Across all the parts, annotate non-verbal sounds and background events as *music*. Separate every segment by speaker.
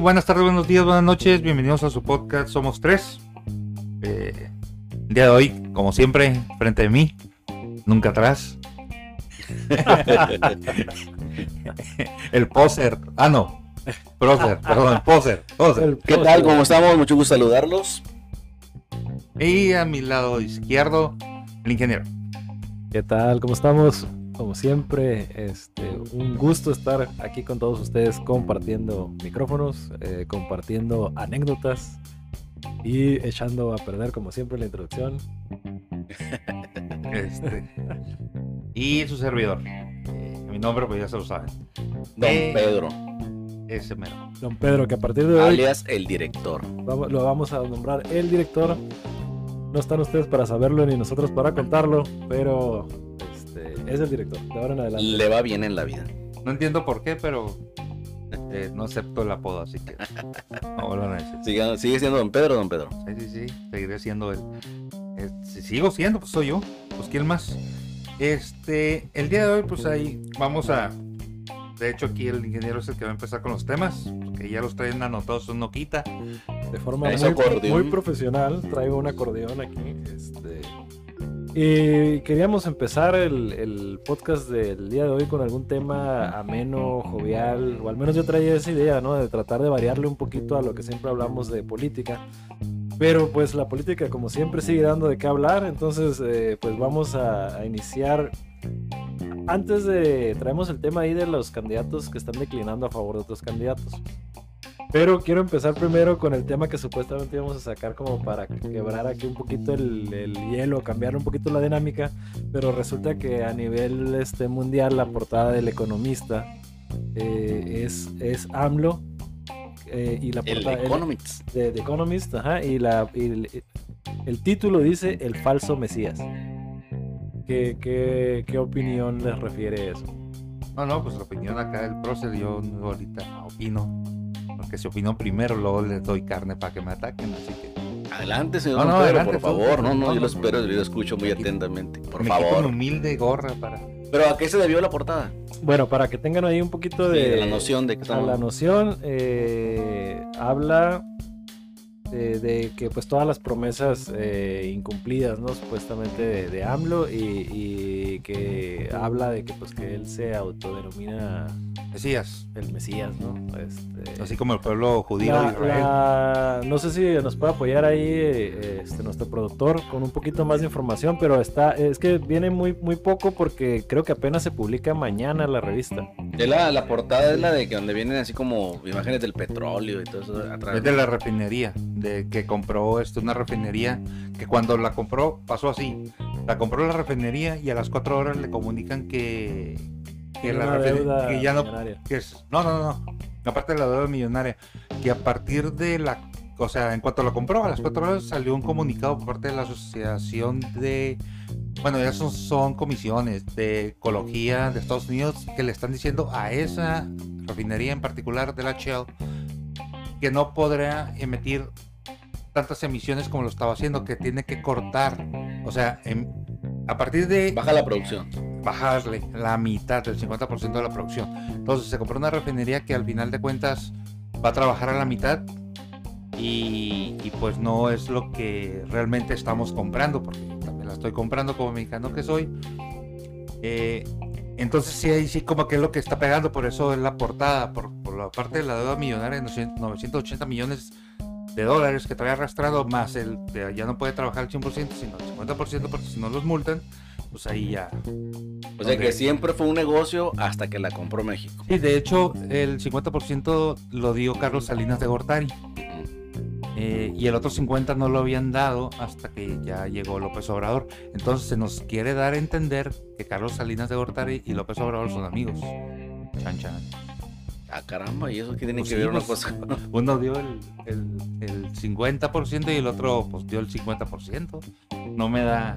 Speaker 1: buenas tardes, buenos días, buenas noches. Bienvenidos a su podcast Somos Tres. Eh, el día de hoy, como siempre, frente de mí, nunca atrás. *laughs* el poser. Ah, no. Proser, perdón, poser. poser.
Speaker 2: ¿Qué tal? ¿Cómo estamos? Mucho gusto saludarlos.
Speaker 1: Y a mi lado izquierdo, el ingeniero.
Speaker 3: ¿Qué tal? ¿Cómo estamos? Como siempre, este, un gusto estar aquí con todos ustedes compartiendo micrófonos, eh, compartiendo anécdotas y echando a perder, como siempre, la introducción.
Speaker 1: Este, y su servidor. Eh, mi nombre, pues ya se lo saben.
Speaker 2: Don
Speaker 1: Eh,
Speaker 2: Pedro,
Speaker 1: Ese mero.
Speaker 3: Don Pedro, que a partir de hoy
Speaker 2: alias el director.
Speaker 3: vamos- lo vamos a nombrar el director. No están ustedes para saberlo ni nosotros para contarlo, pero este, es el director. De ahora en adelante.
Speaker 2: Le va bien en la vida.
Speaker 1: No entiendo por qué, pero eh, no acepto el apodo, así que. No vuelvan a decir.
Speaker 2: Siga- sigue siendo Don Pedro, Don Pedro.
Speaker 1: Sí, sí, sí, seguiré siendo él. Eh, si sigo siendo, pues soy yo. Pues quién más. Este, el día de hoy, pues ahí vamos a. De hecho, aquí el ingeniero es el que va a empezar con los temas, porque ya los traen anotados, eso no quita.
Speaker 3: de forma
Speaker 2: Traes
Speaker 3: muy,
Speaker 2: acordeón.
Speaker 3: muy profesional. Traigo un acordeón aquí. Este, y queríamos empezar el, el podcast del día de hoy con algún tema ameno, jovial, o al menos yo traía esa idea, ¿no? De tratar de variarle un poquito a lo que siempre hablamos de política. Pero pues la política, como siempre, sigue dando de qué hablar. Entonces, eh, pues vamos a, a iniciar. Antes de traemos el tema ahí de los candidatos que están declinando a favor de otros candidatos. Pero quiero empezar primero con el tema que supuestamente íbamos a sacar como para quebrar aquí un poquito el, el hielo, cambiar un poquito la dinámica, pero resulta que a nivel este, mundial la portada del economista eh, es, es AMLO eh, y la
Speaker 2: El
Speaker 1: Ah,
Speaker 3: portada
Speaker 2: Economics.
Speaker 3: de The Economist, ajá, y, la, y el, el título dice El falso Mesías. ¿Qué, qué, qué opinión les refiere eso?
Speaker 1: No, no, pues la opinión acá del prócer, yo no ahorita opino. Porque si opino primero, luego les doy carne para que me ataquen, así que.
Speaker 2: Adelante, señor
Speaker 1: No,
Speaker 2: Don
Speaker 1: no,
Speaker 2: Pedro,
Speaker 1: adelante
Speaker 2: por
Speaker 1: tú,
Speaker 2: favor.
Speaker 1: tú,
Speaker 2: No, no,
Speaker 1: no,
Speaker 2: yo lo
Speaker 1: no,
Speaker 2: espero,
Speaker 1: no.
Speaker 2: yo lo escucho muy
Speaker 1: Me quito-
Speaker 2: atentamente. Por
Speaker 1: me quito mi
Speaker 2: favor.
Speaker 1: humilde gorra para.
Speaker 2: Pero ¿a qué se debió la portada?
Speaker 3: Bueno, para que tengan ahí un poquito
Speaker 2: Sí,
Speaker 3: de,
Speaker 2: de la noción de que
Speaker 3: a la
Speaker 2: estamos.
Speaker 3: noción eh, habla de, de que pues todas las promesas eh, incumplidas, ¿no? Supuestamente de, de AMLO y, y que habla de que pues que él se autodenomina
Speaker 1: Decías,
Speaker 3: el Mesías, ¿no? Este,
Speaker 1: así como el pueblo judío de
Speaker 3: La-
Speaker 1: Israel.
Speaker 3: la- no sé si nos puede apoyar ahí eh, este, nuestro productor con un poquito más de información, pero está es que viene muy muy poco porque creo que apenas se publica mañana la revista.
Speaker 2: Es la, la portada es la de que donde vienen así como imágenes del petróleo y todo eso atrás.
Speaker 1: Es de la refinería, de que compró este, una refinería, que cuando la compró pasó así. La compró la refinería y a las cuatro horas le comunican que, que,
Speaker 3: Tiene
Speaker 1: la
Speaker 3: una
Speaker 1: refine-
Speaker 3: deuda
Speaker 1: que ya no...
Speaker 3: millonaria.
Speaker 1: Que es- no, no, no, no. Aparte de la deuda millonaria, que a partir de la... O sea, en cuanto la compró, a las cuatro horas salió un comunicado por parte de la Asociación de... Bueno, ya son, son comisiones de ecología de Estados Unidos que le están diciendo a esa refinería en particular de la Shell que no podrá emitir tantas emisiones como lo estaba haciendo, que tiene que cortar. O sea, em- a partir de
Speaker 2: Baja la producción.
Speaker 1: bajarle la mitad del 50% de la producción. Entonces se compró una refinería que al final de cuentas va a trabajar a la mitad y, y, pues no es lo que realmente estamos comprando, porque también la estoy comprando como mexicano que soy. Eh, entonces sí, ahí sí como que es lo que está pegando, por eso es la portada, por, por la parte de la deuda millonaria de 980 millones de dólares que trae arrastrado, más el de ya no puede trabajar el 100%, sino el 50%, porque si no los multan, pues ahí ya
Speaker 2: O sea que
Speaker 1: Ok.
Speaker 2: siempre fue un negocio hasta que la compró México.
Speaker 1: Sí, de hecho, el 50% lo dio Carlos Salinas de Gortari. eh, y el otro 50% no lo habían dado hasta que ya llegó López Obrador. Entonces se nos quiere dar a entender que Carlos Salinas de Gortari y López Obrador son amigos. Chan chan.
Speaker 2: Ah, caramba, ¿y eso qué tiene
Speaker 1: Pues
Speaker 2: que
Speaker 1: sí,
Speaker 2: ver una
Speaker 1: pues.
Speaker 2: cosa?
Speaker 1: Uno dio el, el- el 50% y el otro pues, dio el 50%. No me da.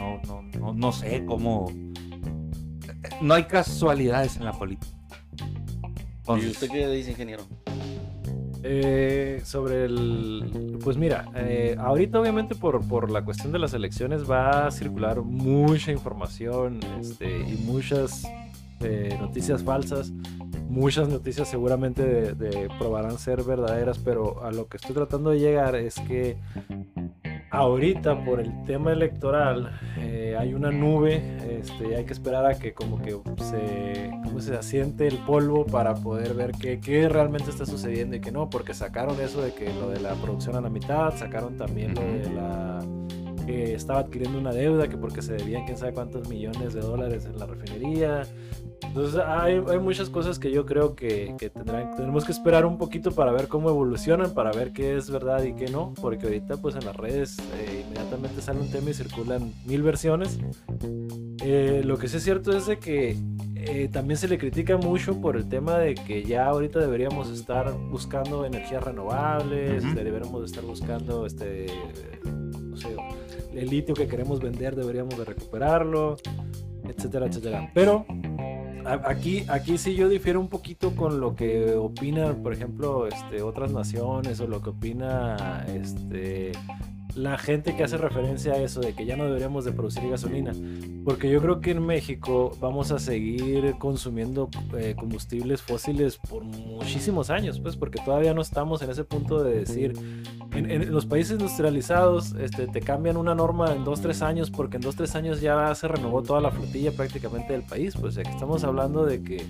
Speaker 1: No, no, no, no sé cómo. eh, No hay casualidades en la política.
Speaker 2: ¿Y
Speaker 1: Entonces-
Speaker 2: usted qué dice, ingeniero?
Speaker 3: Eh, sobre el. Pues mira, eh, ahorita obviamente por, por la cuestión de las elecciones va a circular mucha información este, y muchas eh, noticias falsas. muchas noticias seguramente de, de- probarán ser verdaderas, pero a lo que estoy tratando de llegar es que ahorita por el tema electoral eh, hay una nube este, y hay que esperar a que como que se, ¿cómo se asiente el polvo para poder ver qué, qué realmente está sucediendo y qué no, porque sacaron eso de que lo de la producción a la mitad, sacaron también lo de la que estaba adquiriendo una deuda que porque se debían quién sabe cuántos millones de dólares en la refinería. Entonces hay, hay muchas cosas que yo creo que, que tendrán, tenemos que esperar un poquito para ver cómo evolucionan, para ver qué es verdad y qué no, porque ahorita pues en las redes eh, inmediatamente sale un tema y circulan mil versiones. Eh, lo que sí es cierto es de que eh, también se le critica mucho por el tema de que ya ahorita deberíamos estar buscando energías renovables,
Speaker 1: Ujú.
Speaker 3: deberíamos estar buscando este, no sé, el litio que queremos vender deberíamos de recuperarlo, etcétera, etcétera. Pero a- aquí, aquí sí yo difiero un poquito con lo que opinan, por ejemplo, este, otras naciones o lo que opina este, la gente que hace referencia a eso de que ya no deberíamos de producir gasolina. Porque yo creo que en México vamos a seguir consumiendo eh, combustibles fósiles por muchísimos años, pues porque todavía no estamos en ese punto de decir, en, en los países industrializados este, te cambian una norma en 2-3 años porque en 2-3 años ya se renovó toda la flotilla prácticamente del país, pues aquí estamos hablando de que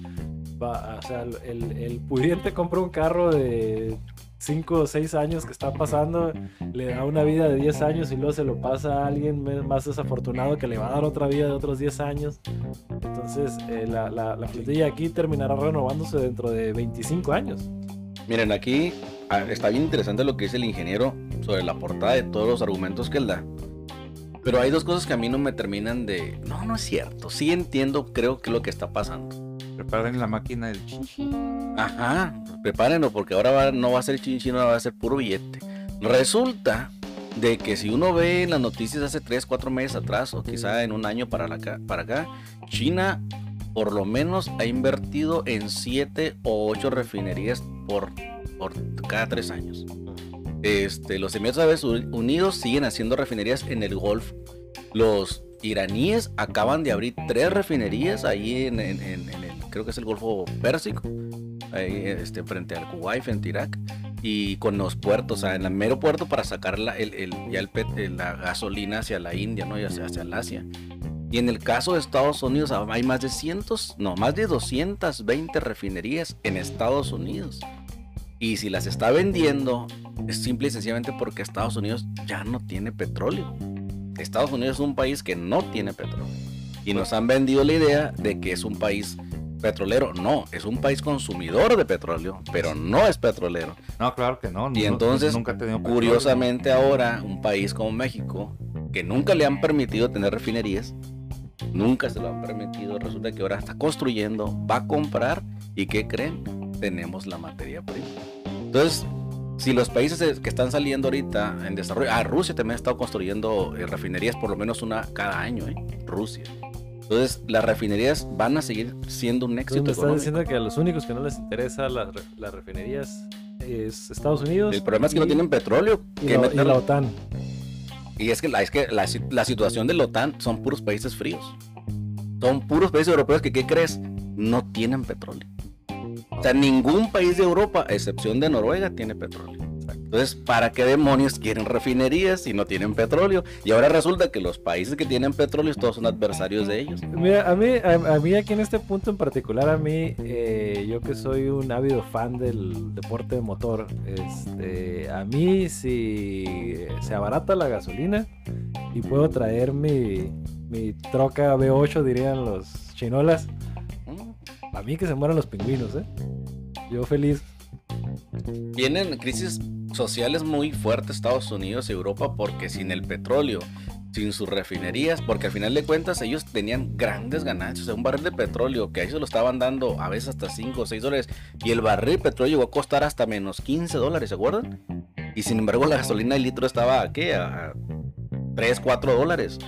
Speaker 3: va, o sea, el, el pudiente compra un carro de 5 o 6 años que está pasando le da una vida de 10 años y luego se lo pasa a alguien me- más desafortunado que le va a dar otra vida de otros 10 años. Entonces, eh, la, la, la flotilla aquí terminará renovándose dentro de 25 años.
Speaker 2: Miren, aquí ah, está bien interesante lo que dice el ingeniero sobre la portada de todos los argumentos que él da. Pero hay dos cosas que a mí no me terminan de... No, no es cierto. Sí entiendo, creo que lo que está pasando.
Speaker 1: Preparen la máquina del chinchi.
Speaker 2: Ajá, prepárenlo porque ahora va- no va a ser chinchino, ahora va a ser puro billete. Resulta de que si uno ve en las noticias hace 3, 4 meses atrás o quizá en un año para, la ca- para acá, China por lo menos ha invertido en 7 o 8 refinerías por, por cada 3 años. Este, los Emiratos Árabes Unidos siguen haciendo refinerías en el Golfo. Los iraníes acaban de abrir tres refinerías ahí en, en- en- en el, creo que es el Golfo Pérsico, ahí, este, frente al Kuwait, frente a Irak, y con los puertos, o sea, en el mero puerto para sacar la, el, el- ya el pet- eh, la gasolina hacia la India, ¿no? Y hacia, hacia el Asia. Y en el caso de Estados Unidos ah, hay más de cientos, no, más de 220 refinerías en Estados Unidos. Y si las está vendiendo, es simple y sencillamente porque Estados Unidos ya no tiene petróleo. Estados Unidos es un país que no tiene petróleo. Y nos han vendido la idea de que es un país petrolero. No, es un país consumidor de petróleo, pero no es petrolero.
Speaker 1: No, claro que no.
Speaker 2: Y
Speaker 1: no-
Speaker 2: entonces,
Speaker 1: nunca he tenido petróleo.
Speaker 2: Curiosamente ahora, un país como México, que nunca le han permitido tener refinerías, nunca se lo han permitido, resulta que ahora está construyendo, va a comprar y ¿qué creen? Tenemos la materia prima. Entonces, si los países que están saliendo ahorita en desarrollo, ah, Rusia también ha estado construyendo eh, refinerías por lo menos una cada año, ¿eh? Rusia. Entonces, las refinerías van a seguir siendo un
Speaker 3: Entonces,
Speaker 2: éxito.
Speaker 3: me estás
Speaker 2: económico.
Speaker 3: diciendo que a los únicos que no les interesa las, re- las refinerías es Estados Unidos.
Speaker 2: El problema es que no
Speaker 3: y-
Speaker 2: tienen petróleo.
Speaker 3: y
Speaker 2: que
Speaker 3: la, y
Speaker 2: meterlo.
Speaker 3: la OTAN.
Speaker 2: Y es que, la, es que la, si- la situación de la OTAN son puros países fríos. Son puros países europeos que, ¿qué crees? No tienen petróleo. O sea, ningún país de Europa, a excepción de Noruega, tiene petróleo. Entonces, ¿para qué demonios quieren refinerías si no tienen petróleo? Y ahora resulta que los países que tienen petróleo todos son adversarios de ellos.
Speaker 3: Mira, a mí, a, a mí aquí en este punto en particular, a mí, eh, yo que soy un ávido fan del deporte de motor, este, a mí si se abarata la gasolina y puedo traer mi, mi troca V8, dirían los chinolas, a mí que se mueran los pingüinos, ¿eh? Yo feliz.
Speaker 2: Tienen crisis sociales muy fuertes Estados Unidos y Europa porque sin el petróleo, sin sus refinerías, porque al final de cuentas ellos tenían grandes ganancias. O sea, un barril de petróleo que a ellos lo estaban dando a veces hasta 5 o 6 dólares y el barril de petróleo llegó a costar hasta menos 15 dólares, ¿se acuerdan? Y sin embargo la gasolina del litro estaba ¿a qué? A 3, 4 dólares.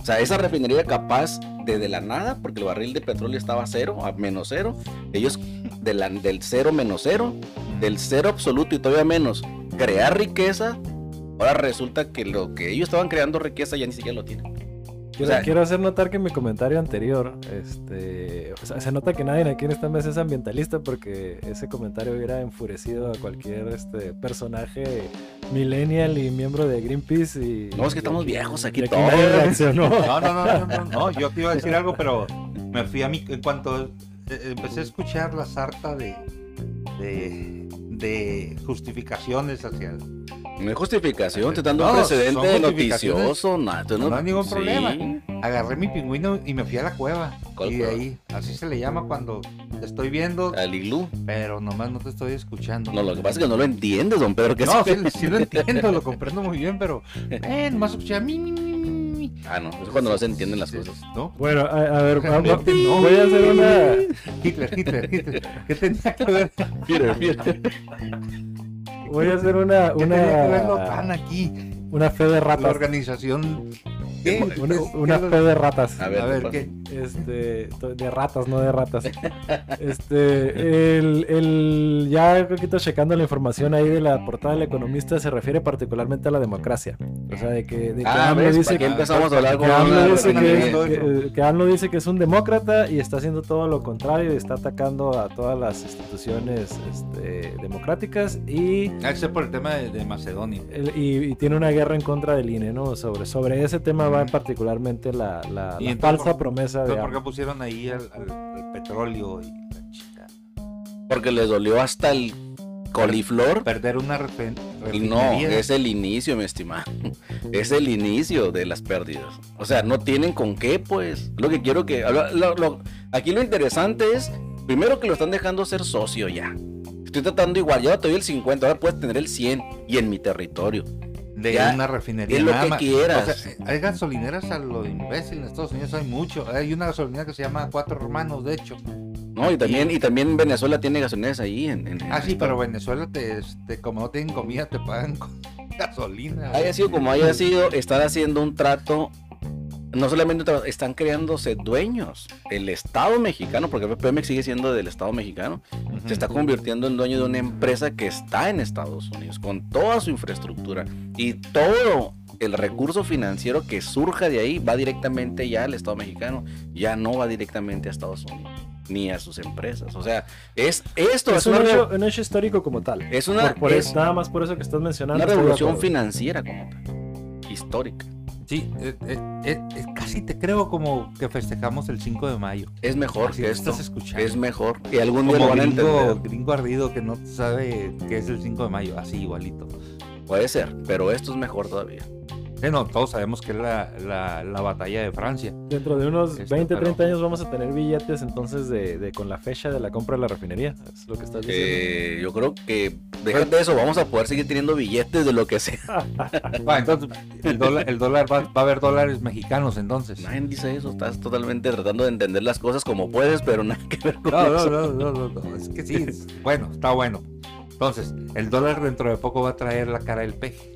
Speaker 2: O sea, esa refinería capaz de, de la nada, porque el barril de petróleo estaba a cero, a menos cero, ellos de la- del cero menos cero del cero absoluto y todavía menos crear riqueza, ahora resulta que lo que ellos estaban creando riqueza ya ni siquiera lo tienen. O
Speaker 3: Quiero,
Speaker 2: sea-
Speaker 3: quiero hacer notar que mi comentario anterior, este, o sea, se nota que nadie aquí en esta mesa es ambientalista porque ese comentario hubiera enfurecido a cualquier este personaje millennial y miembro de Greenpeace y
Speaker 2: No, es que estamos viejos aquí
Speaker 3: y
Speaker 2: todos.
Speaker 3: nadie reaccionó.
Speaker 1: No, no, no, no, no, no, yo te iba a decir algo, pero me fui a mi. En cuanto eh, empecé a escuchar la sarta de, de, de justificaciones hacia el.
Speaker 2: No hay justificación, te están dando
Speaker 1: No,
Speaker 2: un
Speaker 1: son
Speaker 2: precedente
Speaker 1: justificaciones.
Speaker 2: noticioso. nada, tú
Speaker 1: No, hay ningún
Speaker 2: sí.
Speaker 1: problema. Agarré mi pingüino y me fui a la cueva.
Speaker 2: ¿Cuál
Speaker 1: y de
Speaker 2: cueva?
Speaker 1: ahí, así se le llama cuando te estoy viendo,
Speaker 2: Al iglú.
Speaker 1: pero nomás no te estoy escuchando.
Speaker 2: No, lo que pasa es que no lo entiendes, don Pedro. Que
Speaker 1: No,
Speaker 2: sí.
Speaker 1: sí, sí lo entiendo, lo comprendo muy bien, pero. Eh, nomás escuché a mí, mi, mi, mi, mi.
Speaker 2: Ah, no, es cuando no se entienden las cosas.
Speaker 1: ¿No?
Speaker 3: Bueno, a, a ver, va- va-
Speaker 1: Realmente no.
Speaker 3: voy a hacer una
Speaker 1: Hitler, Hitler, Hitler. ¿Qué tenía que ver?
Speaker 2: Mire, mire.
Speaker 3: voy a hacer una
Speaker 1: ¿Qué tenía que ver la OTAN
Speaker 3: una
Speaker 1: aquí?
Speaker 3: una fe de
Speaker 1: La
Speaker 3: ratas.
Speaker 1: organización.
Speaker 3: Una,
Speaker 1: ¿Qué-
Speaker 3: una
Speaker 1: qué-
Speaker 3: fe de ratas.
Speaker 2: A
Speaker 1: A ver,
Speaker 2: ver, ¿qué
Speaker 1: ¿qué?
Speaker 3: Este, to- de ratas, no de ratas. Este, el, el, ya un poquito checando la información ahí de la portada del economista, se refiere particularmente a la democracia. O sea, de que, de que
Speaker 2: pasa? Ah,
Speaker 3: AMLO
Speaker 2: ¿ves?
Speaker 3: dice
Speaker 2: ¿Para qué
Speaker 3: que,
Speaker 2: empezamos a hablar
Speaker 3: que
Speaker 2: con
Speaker 3: AMLO
Speaker 2: la-
Speaker 3: dice
Speaker 2: con
Speaker 1: que-
Speaker 2: la-
Speaker 1: todo
Speaker 3: que-
Speaker 1: eso.
Speaker 3: que AMLO dice que es un demócrata y está haciendo todo lo contrario y está atacando a todas las instituciones este, democráticas y
Speaker 1: Ah, excepto por el tema de, de Macedonia.
Speaker 3: el- y, y tiene una guerra en contra del INE, ¿no? Sobre, sobre ese tema va particularmente la, la,
Speaker 1: Y
Speaker 3: la
Speaker 1: entonces,
Speaker 3: falsa
Speaker 1: ¿por-
Speaker 3: promesa de
Speaker 1: Entonces, ¿por
Speaker 3: AMLO.
Speaker 1: qué pusieron ahí al, al- al petróleo y la chica?
Speaker 2: Porque les dolió hasta el coliflor.
Speaker 1: Perder una refen-
Speaker 2: Y No,
Speaker 1: refinería.
Speaker 2: es el inicio, mi estimado. *laughs* Es el inicio de las pérdidas. O sea, no tienen con qué, pues. Lo que quiero que. lo- lo- lo- aquí lo interesante es, primero que lo están dejando ser socio ya. Estoy tratando igual, ya te doy el 50, ahora puedes tener el 100 y en mi territorio.
Speaker 1: de
Speaker 2: ya,
Speaker 1: una refinería.
Speaker 2: es lo
Speaker 1: nada
Speaker 2: que
Speaker 1: más.
Speaker 2: quieras.
Speaker 1: O sea, hay gasolineras a lo imbécil en Estados Unidos, hay mucho. Hay una gasolinera que se llama Cuatro Hermanos, de hecho.
Speaker 2: No, y también, y también Venezuela tiene gasolineras ahí en, en-
Speaker 1: Ah, sí, pero Venezuela, te, este, como no tienen comida, te pagan con *laughs* gasolina. güey.
Speaker 2: Haya sido como haya sido, están haciendo un trato. No solamente un trato, están creándose dueños. El Estado mexicano, porque el PPM sigue siendo del Estado mexicano,
Speaker 1: Ujú.
Speaker 2: se está convirtiendo en dueño de una empresa que está en Estados Unidos, con toda su infraestructura y todo el recurso financiero que surja de ahí va directamente ya al Estado mexicano, ya no va directamente a Estados Unidos ni a sus empresas. O sea, es esto
Speaker 3: Es un hecho, un hecho histórico como tal.
Speaker 2: es una-
Speaker 3: Por- por
Speaker 2: es
Speaker 3: eso- nada más por eso que estás mencionando.
Speaker 2: una
Speaker 3: estoy de
Speaker 2: revolución
Speaker 3: acuerdo.
Speaker 2: financiera como tal, histórica.
Speaker 1: Sí, eh, eh, eh, eh, casi te creo como que festejamos el 5 de mayo.
Speaker 2: Es mejor
Speaker 1: Así
Speaker 2: que
Speaker 1: lo
Speaker 2: esto.
Speaker 1: estás escuchando.
Speaker 2: Es mejor. Y algún día lo
Speaker 1: como
Speaker 2: van a
Speaker 1: gringo,
Speaker 2: entender.
Speaker 1: gringo ardido que no sabe qué es el 5 de mayo, así igualito.
Speaker 2: Puede ser, pero esto es mejor todavía.
Speaker 1: Bueno, todos sabemos que es la, la- la batalla de Francia.
Speaker 3: Dentro de unos
Speaker 1: Este,
Speaker 3: 20,
Speaker 1: pero-
Speaker 3: 30 años vamos a tener billetes entonces de, de- con la fecha de la compra de la refinería. Es lo que estás diciendo.
Speaker 2: Eh, yo creo que, déjate eso, vamos a poder seguir teniendo billetes de lo que sea. *laughs*
Speaker 1: Va, entonces, el dólar, el dólar va, va a haber dólares mexicanos entonces.
Speaker 2: Nadie dice eso, estás totalmente tratando de entender las cosas como puedes, pero nada que ver con
Speaker 1: *laughs* No, no,
Speaker 2: eso.
Speaker 1: no, no, no, no, es que sí. es- *laughs* Bueno, está bueno. Entonces, el dólar dentro de poco va a traer la cara del peje.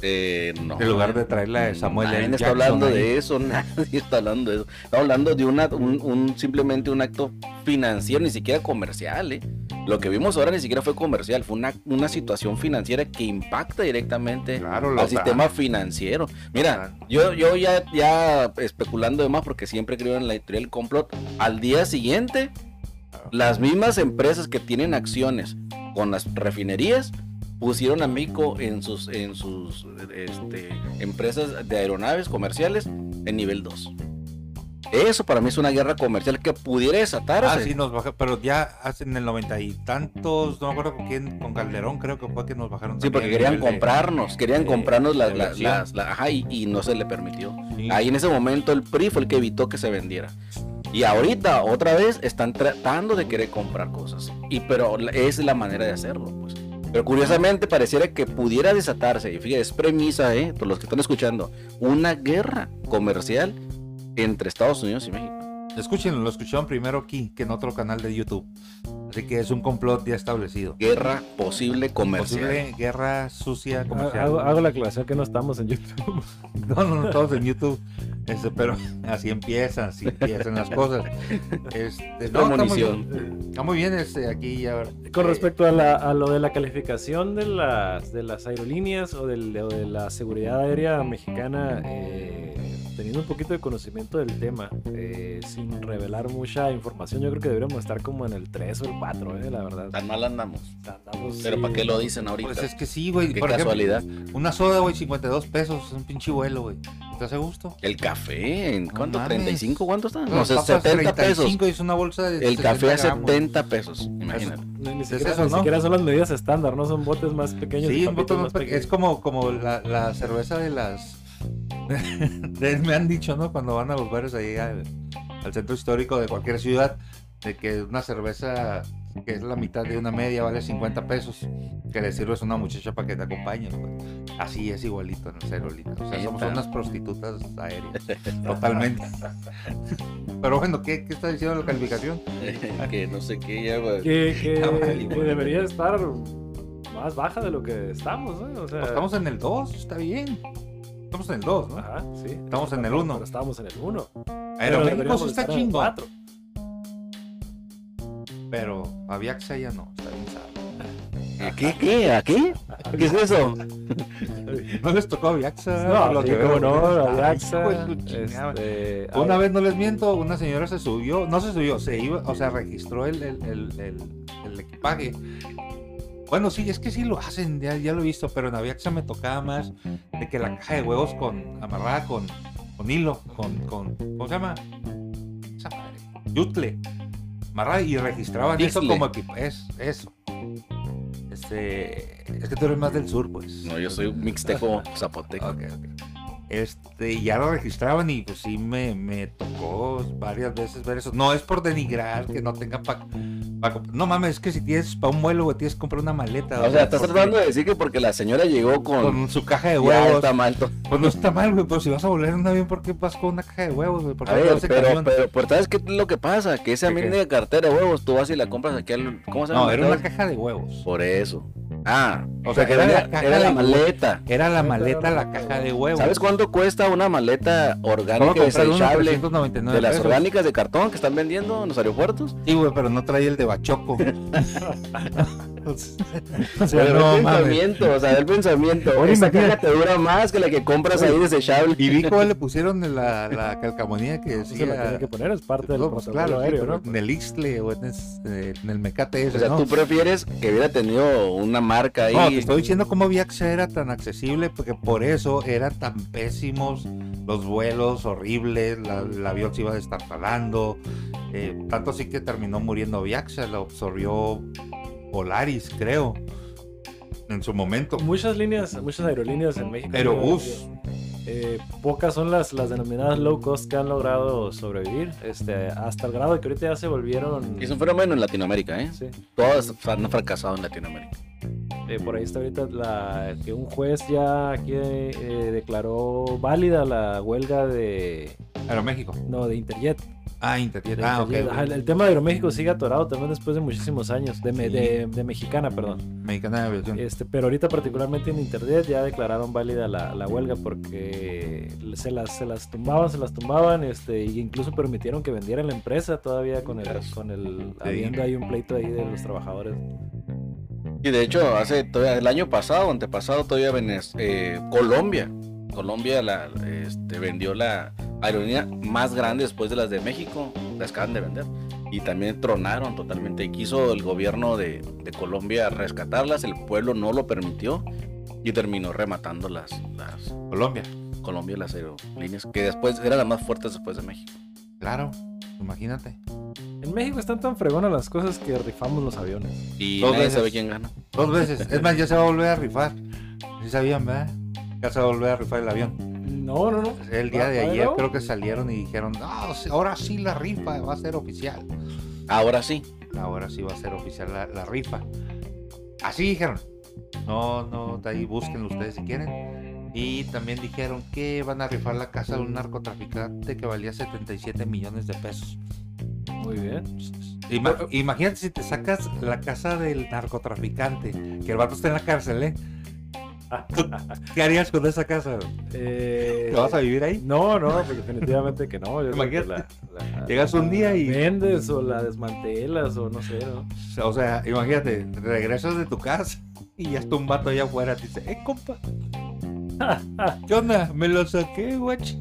Speaker 2: Eh, no.
Speaker 1: En lugar de traer la de Samuel
Speaker 2: Nadie
Speaker 1: L.
Speaker 2: está
Speaker 1: Jackson
Speaker 2: hablando
Speaker 1: ahí.
Speaker 2: de eso, *laughs* nadie está hablando de eso. Está hablando de una, un, un- simplemente un acto financiero, ni siquiera comercial. ¿eh? Lo que vimos ahora ni siquiera fue comercial, fue una, una situación financiera que impacta directamente
Speaker 1: Claro, la
Speaker 2: al
Speaker 1: OTAN.
Speaker 2: sistema financiero. Mira,
Speaker 1: Claro.
Speaker 2: yo, yo ya, ya especulando de más, porque siempre creo en la teoría del complot, al día siguiente, las mismas empresas que tienen acciones con las refinerías pusieron a México en sus, en sus este, empresas de aeronaves comerciales en nivel 2. Eso para mí es una guerra comercial que pudiera
Speaker 1: Ah,
Speaker 2: desatarse.
Speaker 1: sí, nos bajaron, pero ya hace en el noventa y tantos, no me acuerdo con quién, con Calderón creo que fue que nos bajaron.
Speaker 2: Sí,
Speaker 1: también
Speaker 2: porque
Speaker 1: el
Speaker 2: querían
Speaker 1: nivel de-
Speaker 2: comprarnos, querían
Speaker 1: de-
Speaker 2: comprarnos las,
Speaker 1: de
Speaker 2: las-
Speaker 1: versión.
Speaker 2: las- las- ajá, y, y no se le permitió.
Speaker 1: Sí.
Speaker 2: Ahí en ese momento el PRI fue el que evitó que se vendiera. Y ahorita otra vez están tratando de querer comprar cosas. Y pero la- es la manera de hacerlo, pues. Pero curiosamente pareciera que pudiera desatarse. Y fíjate, es premisa, eh, por los que están escuchando, una guerra comercial entre Estados Unidos y México.
Speaker 1: Escúchenlo, lo escucharon primero aquí que en otro canal de YouTube. Así que es un complot ya establecido.
Speaker 2: Guerra posible comercial.
Speaker 1: Posible guerra sucia
Speaker 3: Ha-
Speaker 1: comercial.
Speaker 3: Hago, hago la aclaración que no estamos en YouTube.
Speaker 1: No, no, no, todos en YouTube. Este, pero *laughs* así empiezan, así empiezan las cosas. Este, no, está muy bien.
Speaker 2: munición.
Speaker 1: Está muy bien este, aquí ya.
Speaker 3: Con
Speaker 1: eh,
Speaker 3: respecto a, la- a lo de la calificación de las, de las aerolíneas o del- o de, la seguridad aérea mexicana, eh, teniendo un poquito de conocimiento del tema, eh, sin revelar mucha información, yo creo que deberíamos estar como en el 3 o el 4, eh, la verdad.
Speaker 2: Tan mal andamos.
Speaker 3: Andamos,
Speaker 2: Pero
Speaker 3: Pues, sí,
Speaker 2: ¿para qué lo dicen ahorita?
Speaker 1: Pues es que sí, güey.
Speaker 2: qué
Speaker 1: Por ejemplo,
Speaker 2: casualidad.
Speaker 1: una soda, güey, 52 pesos, es un pinche vuelo, güey. ¿Te hace gusto?
Speaker 2: El café, ¿en
Speaker 1: No
Speaker 2: cuánto?
Speaker 1: mames.
Speaker 2: ¿35? ¿Cuánto está? No
Speaker 1: Las
Speaker 2: sé,
Speaker 1: papas
Speaker 2: 70 pesos.
Speaker 1: 35 y es una bolsa de
Speaker 2: El café a
Speaker 1: 60 gramos.
Speaker 2: 70 pesos, imagínate.
Speaker 3: Ni, ni
Speaker 1: Es
Speaker 3: siquiera,
Speaker 1: eso,
Speaker 3: ni
Speaker 1: ¿no?
Speaker 3: siquiera son las medidas estándar, ¿no? Son botes más pequeños. y
Speaker 1: Sí, un
Speaker 3: papitas
Speaker 1: poco más pe-
Speaker 3: pequeñas.
Speaker 1: es como, como la, la cerveza de las... *laughs* de- me han dicho, ¿no? Cuando van a los bares ahí al, al centro histórico de cualquier ciudad, de que una cerveza que es la mitad de una media vale 50 pesos, que le sirves a una muchacha para que te acompañe. güey. Así es igualito en el Cerolita. O sea, somos
Speaker 2: Neta.
Speaker 1: unas prostitutas aéreas. Totalmente. Pero bueno, ¿qué, qué está diciendo la calificación?
Speaker 2: Pues, *laughs* que no sé qué ya, güey.
Speaker 3: que,
Speaker 1: *laughs*
Speaker 3: que-
Speaker 1: Está mal,
Speaker 3: que
Speaker 1: igual.
Speaker 3: debería estar más baja de lo que estamos, ¿no? O sea,
Speaker 1: Pues estamos en el 2, está bien. Estamos en el 2, ¿no?
Speaker 3: ajá, sí.
Speaker 1: Estamos en el
Speaker 3: Pero-
Speaker 1: 1.
Speaker 3: Pero estábamos en el 1.
Speaker 1: Pero México sí
Speaker 3: deberíamos
Speaker 1: está
Speaker 3: estar en el
Speaker 1: chingón.
Speaker 3: cuatro.
Speaker 1: Pero Aviaxa ya no, está bien sabe.
Speaker 2: ¿A qué? ¿Qué? ¿A qué? ¿Qué es eso?
Speaker 1: *laughs* No les tocó Aviaxa.
Speaker 3: No,
Speaker 1: por Ah, lo
Speaker 3: sí,
Speaker 1: que veo.
Speaker 3: cómo no, la
Speaker 1: Ay,
Speaker 3: Daxa,
Speaker 1: hijo de su chingada.
Speaker 3: este,
Speaker 1: Una
Speaker 3: ay,
Speaker 1: vez no les miento, una señora se subió, no se subió, se iba, o sea, registró el, el, el, el- el equipaje. Bueno, sí, es que sí lo hacen, ya, ya lo he visto, pero en Aviaxa me tocaba más de que la caja de huevos con amarrada con, con hilo, con, con. ¿Cómo se llama? Esa madre. Yutle. Amarrada y registraban eso
Speaker 2: Distle.
Speaker 1: como equipo. Es, eso. Este. Es que tú eres más del sur, pues.
Speaker 2: No, yo soy mixteco zapoteco.
Speaker 1: Ok, ok. Este, y ya lo registraban y pues sí me, me tocó varias veces ver eso. No es por denigrar que no tengan para... no mames, es que si tienes para un vuelo, güey, tienes que comprar una maleta.
Speaker 2: O sea, estás
Speaker 1: porque-
Speaker 2: tratando de decir que porque la señora llegó con.
Speaker 1: Con su caja de
Speaker 2: Ya
Speaker 1: huevos.
Speaker 2: está mal. to-
Speaker 1: Pues no está mal, güey, pero si vas a volar en un avión, ¿por qué vas con una caja de huevos, güey? ¿Por
Speaker 2: A
Speaker 1: qué no
Speaker 2: ver,
Speaker 1: vas en
Speaker 2: pero,
Speaker 1: camión?
Speaker 2: pero, pero ¿sabes qué es lo que pasa? Que esa
Speaker 1: ¿Qué, qué?
Speaker 2: mini cartera de huevos, tú vas y la compras aquí al. ¿Cómo se llama?
Speaker 1: No, era una
Speaker 2: Mercado-
Speaker 1: caja de huevos.
Speaker 2: Por eso. Ah,
Speaker 1: O
Speaker 2: o
Speaker 1: sea,
Speaker 2: sea, que
Speaker 1: era la
Speaker 2: venía-
Speaker 1: caja
Speaker 2: era
Speaker 1: de-
Speaker 2: la maleta.
Speaker 1: Era la maleta, la caja de huevos.
Speaker 2: ¿Sabes cuánto cuesta una maleta orgánica desechable de las
Speaker 1: orgánicas?
Speaker 2: orgánicas de cartón que están vendiendo en los aeropuertos?
Speaker 1: Sí, güey, pero no traía el de
Speaker 2: *laughs*
Speaker 1: bachoco. *laughs* o sea,
Speaker 2: Pero
Speaker 1: no
Speaker 2: el
Speaker 1: mames.
Speaker 2: pensamiento, o sea, el pensamiento.
Speaker 1: Oye,
Speaker 2: esa
Speaker 1: imagínate.
Speaker 2: caja te dura más que la que compras ahí desechable.
Speaker 1: Y vi
Speaker 3: *laughs*
Speaker 1: cómo le pusieron la, la calcamonía que
Speaker 3: se la tiene
Speaker 1: decía.
Speaker 3: que poner, es parte del
Speaker 1: No, pues,
Speaker 3: protocolo
Speaker 1: claro, sí,
Speaker 3: aéreo,
Speaker 1: pero
Speaker 3: ¿no?
Speaker 1: en el Ixtle o en, es- eh, en el Mecate ese,
Speaker 2: O sea,
Speaker 1: ¿no?
Speaker 2: tú prefieres que hubiera tenido una marca ahí.
Speaker 1: No, te estoy diciendo cómo Viaxa era tan accesible, porque por eso eran tan pésimos los vuelos, horribles, la, el avión se iba destartalando. eh, tanto así que terminó muriendo Viaxa, lo absorbió Polaris, creo, en su momento.
Speaker 3: Muchas líneas, muchas aerolíneas en México.
Speaker 1: Aerobús.
Speaker 3: eh, pocas son las, las denominadas low cost que han logrado sobrevivir, este, hasta el grado de que ahorita ya se volvieron.
Speaker 2: Es un fenómeno en Latinoamérica, ¿eh?
Speaker 3: Sí.
Speaker 2: Todos han fracasado en Latinoamérica.
Speaker 3: Eh, por ahí está ahorita la, que un juez ya aquí eh, declaró válida la huelga de
Speaker 1: Aeroméxico.
Speaker 3: no de Interjet.
Speaker 1: Ah, Interjet.
Speaker 3: de
Speaker 1: Ah, ok.
Speaker 3: Interjet. Ajá, el, el tema de Aeroméxico sigue atorado también después de muchísimos años de, me-
Speaker 1: Sí.
Speaker 3: de- de mexicana, perdón.
Speaker 1: Mexicana de aviación.
Speaker 3: Este, pero ahorita particularmente en Internet ya declararon válida la, la huelga porque se las, se las tumbaban, se las tumbaban, este, e incluso permitieron que vendieran la empresa todavía con el, con el
Speaker 1: Sí.
Speaker 3: habiendo ahí un pleito ahí de los trabajadores.
Speaker 2: Y de hecho, hace todavía- el año pasado, antepasado, todavía Venez- eh, Colombia. Colombia la, este, vendió la aerolínea más grande después de las de México. Las acaban de vender. Y también tronaron totalmente. Y quiso el gobierno de, de Colombia rescatarlas. El pueblo no lo permitió. Y terminó rematando las, las
Speaker 1: Colombia.
Speaker 2: Colombia, las aerolíneas. Que después eran las más fuertes después de México.
Speaker 1: Claro. Imagínate.
Speaker 3: En México están tan fregonas las cosas que rifamos los aviones.
Speaker 2: Y
Speaker 1: Dos
Speaker 2: nadie
Speaker 1: veces.
Speaker 2: sabe quién gana.
Speaker 1: Dos veces. Es más, ya se va a volver a rifar. Sí sabían, ¿verdad? Ya se va a volver a rifar el avión.
Speaker 3: No, no, no.
Speaker 1: El día de
Speaker 3: ¿Ah,
Speaker 1: ayer
Speaker 3: no?
Speaker 1: creo que salieron y dijeron, "Ah, sí, ahora sí la rifa va a ser oficial.
Speaker 2: Ahora sí.
Speaker 1: Ahora sí va a ser oficial la, la rifa. Así dijeron. No, no, de ahí búsquenlo ustedes si quieren. Y también dijeron que van a rifar la casa de un narcotraficante que valía 77 millones de pesos.
Speaker 3: Muy bien.
Speaker 1: *laughs* Ima- imagínate si te sacas la casa del narcotraficante, que el vato está en la cárcel, ¿eh?
Speaker 3: *laughs*
Speaker 1: ¿Qué harías con esa casa?
Speaker 3: Eh,
Speaker 1: ¿Te vas a vivir ahí?
Speaker 3: No, no, pues definitivamente que no. Yo creo que
Speaker 1: Imagínate.
Speaker 3: la- la-
Speaker 1: Llegas un día y-
Speaker 3: la Vendes o la desmantelas o no sé, ¿no?
Speaker 1: O sea, imagínate, regresas de tu casa y ya está un vato allá
Speaker 3: *laughs*
Speaker 1: afuera. Te dice, eh, compa. ¿Qué onda? Me lo saqué, guachi.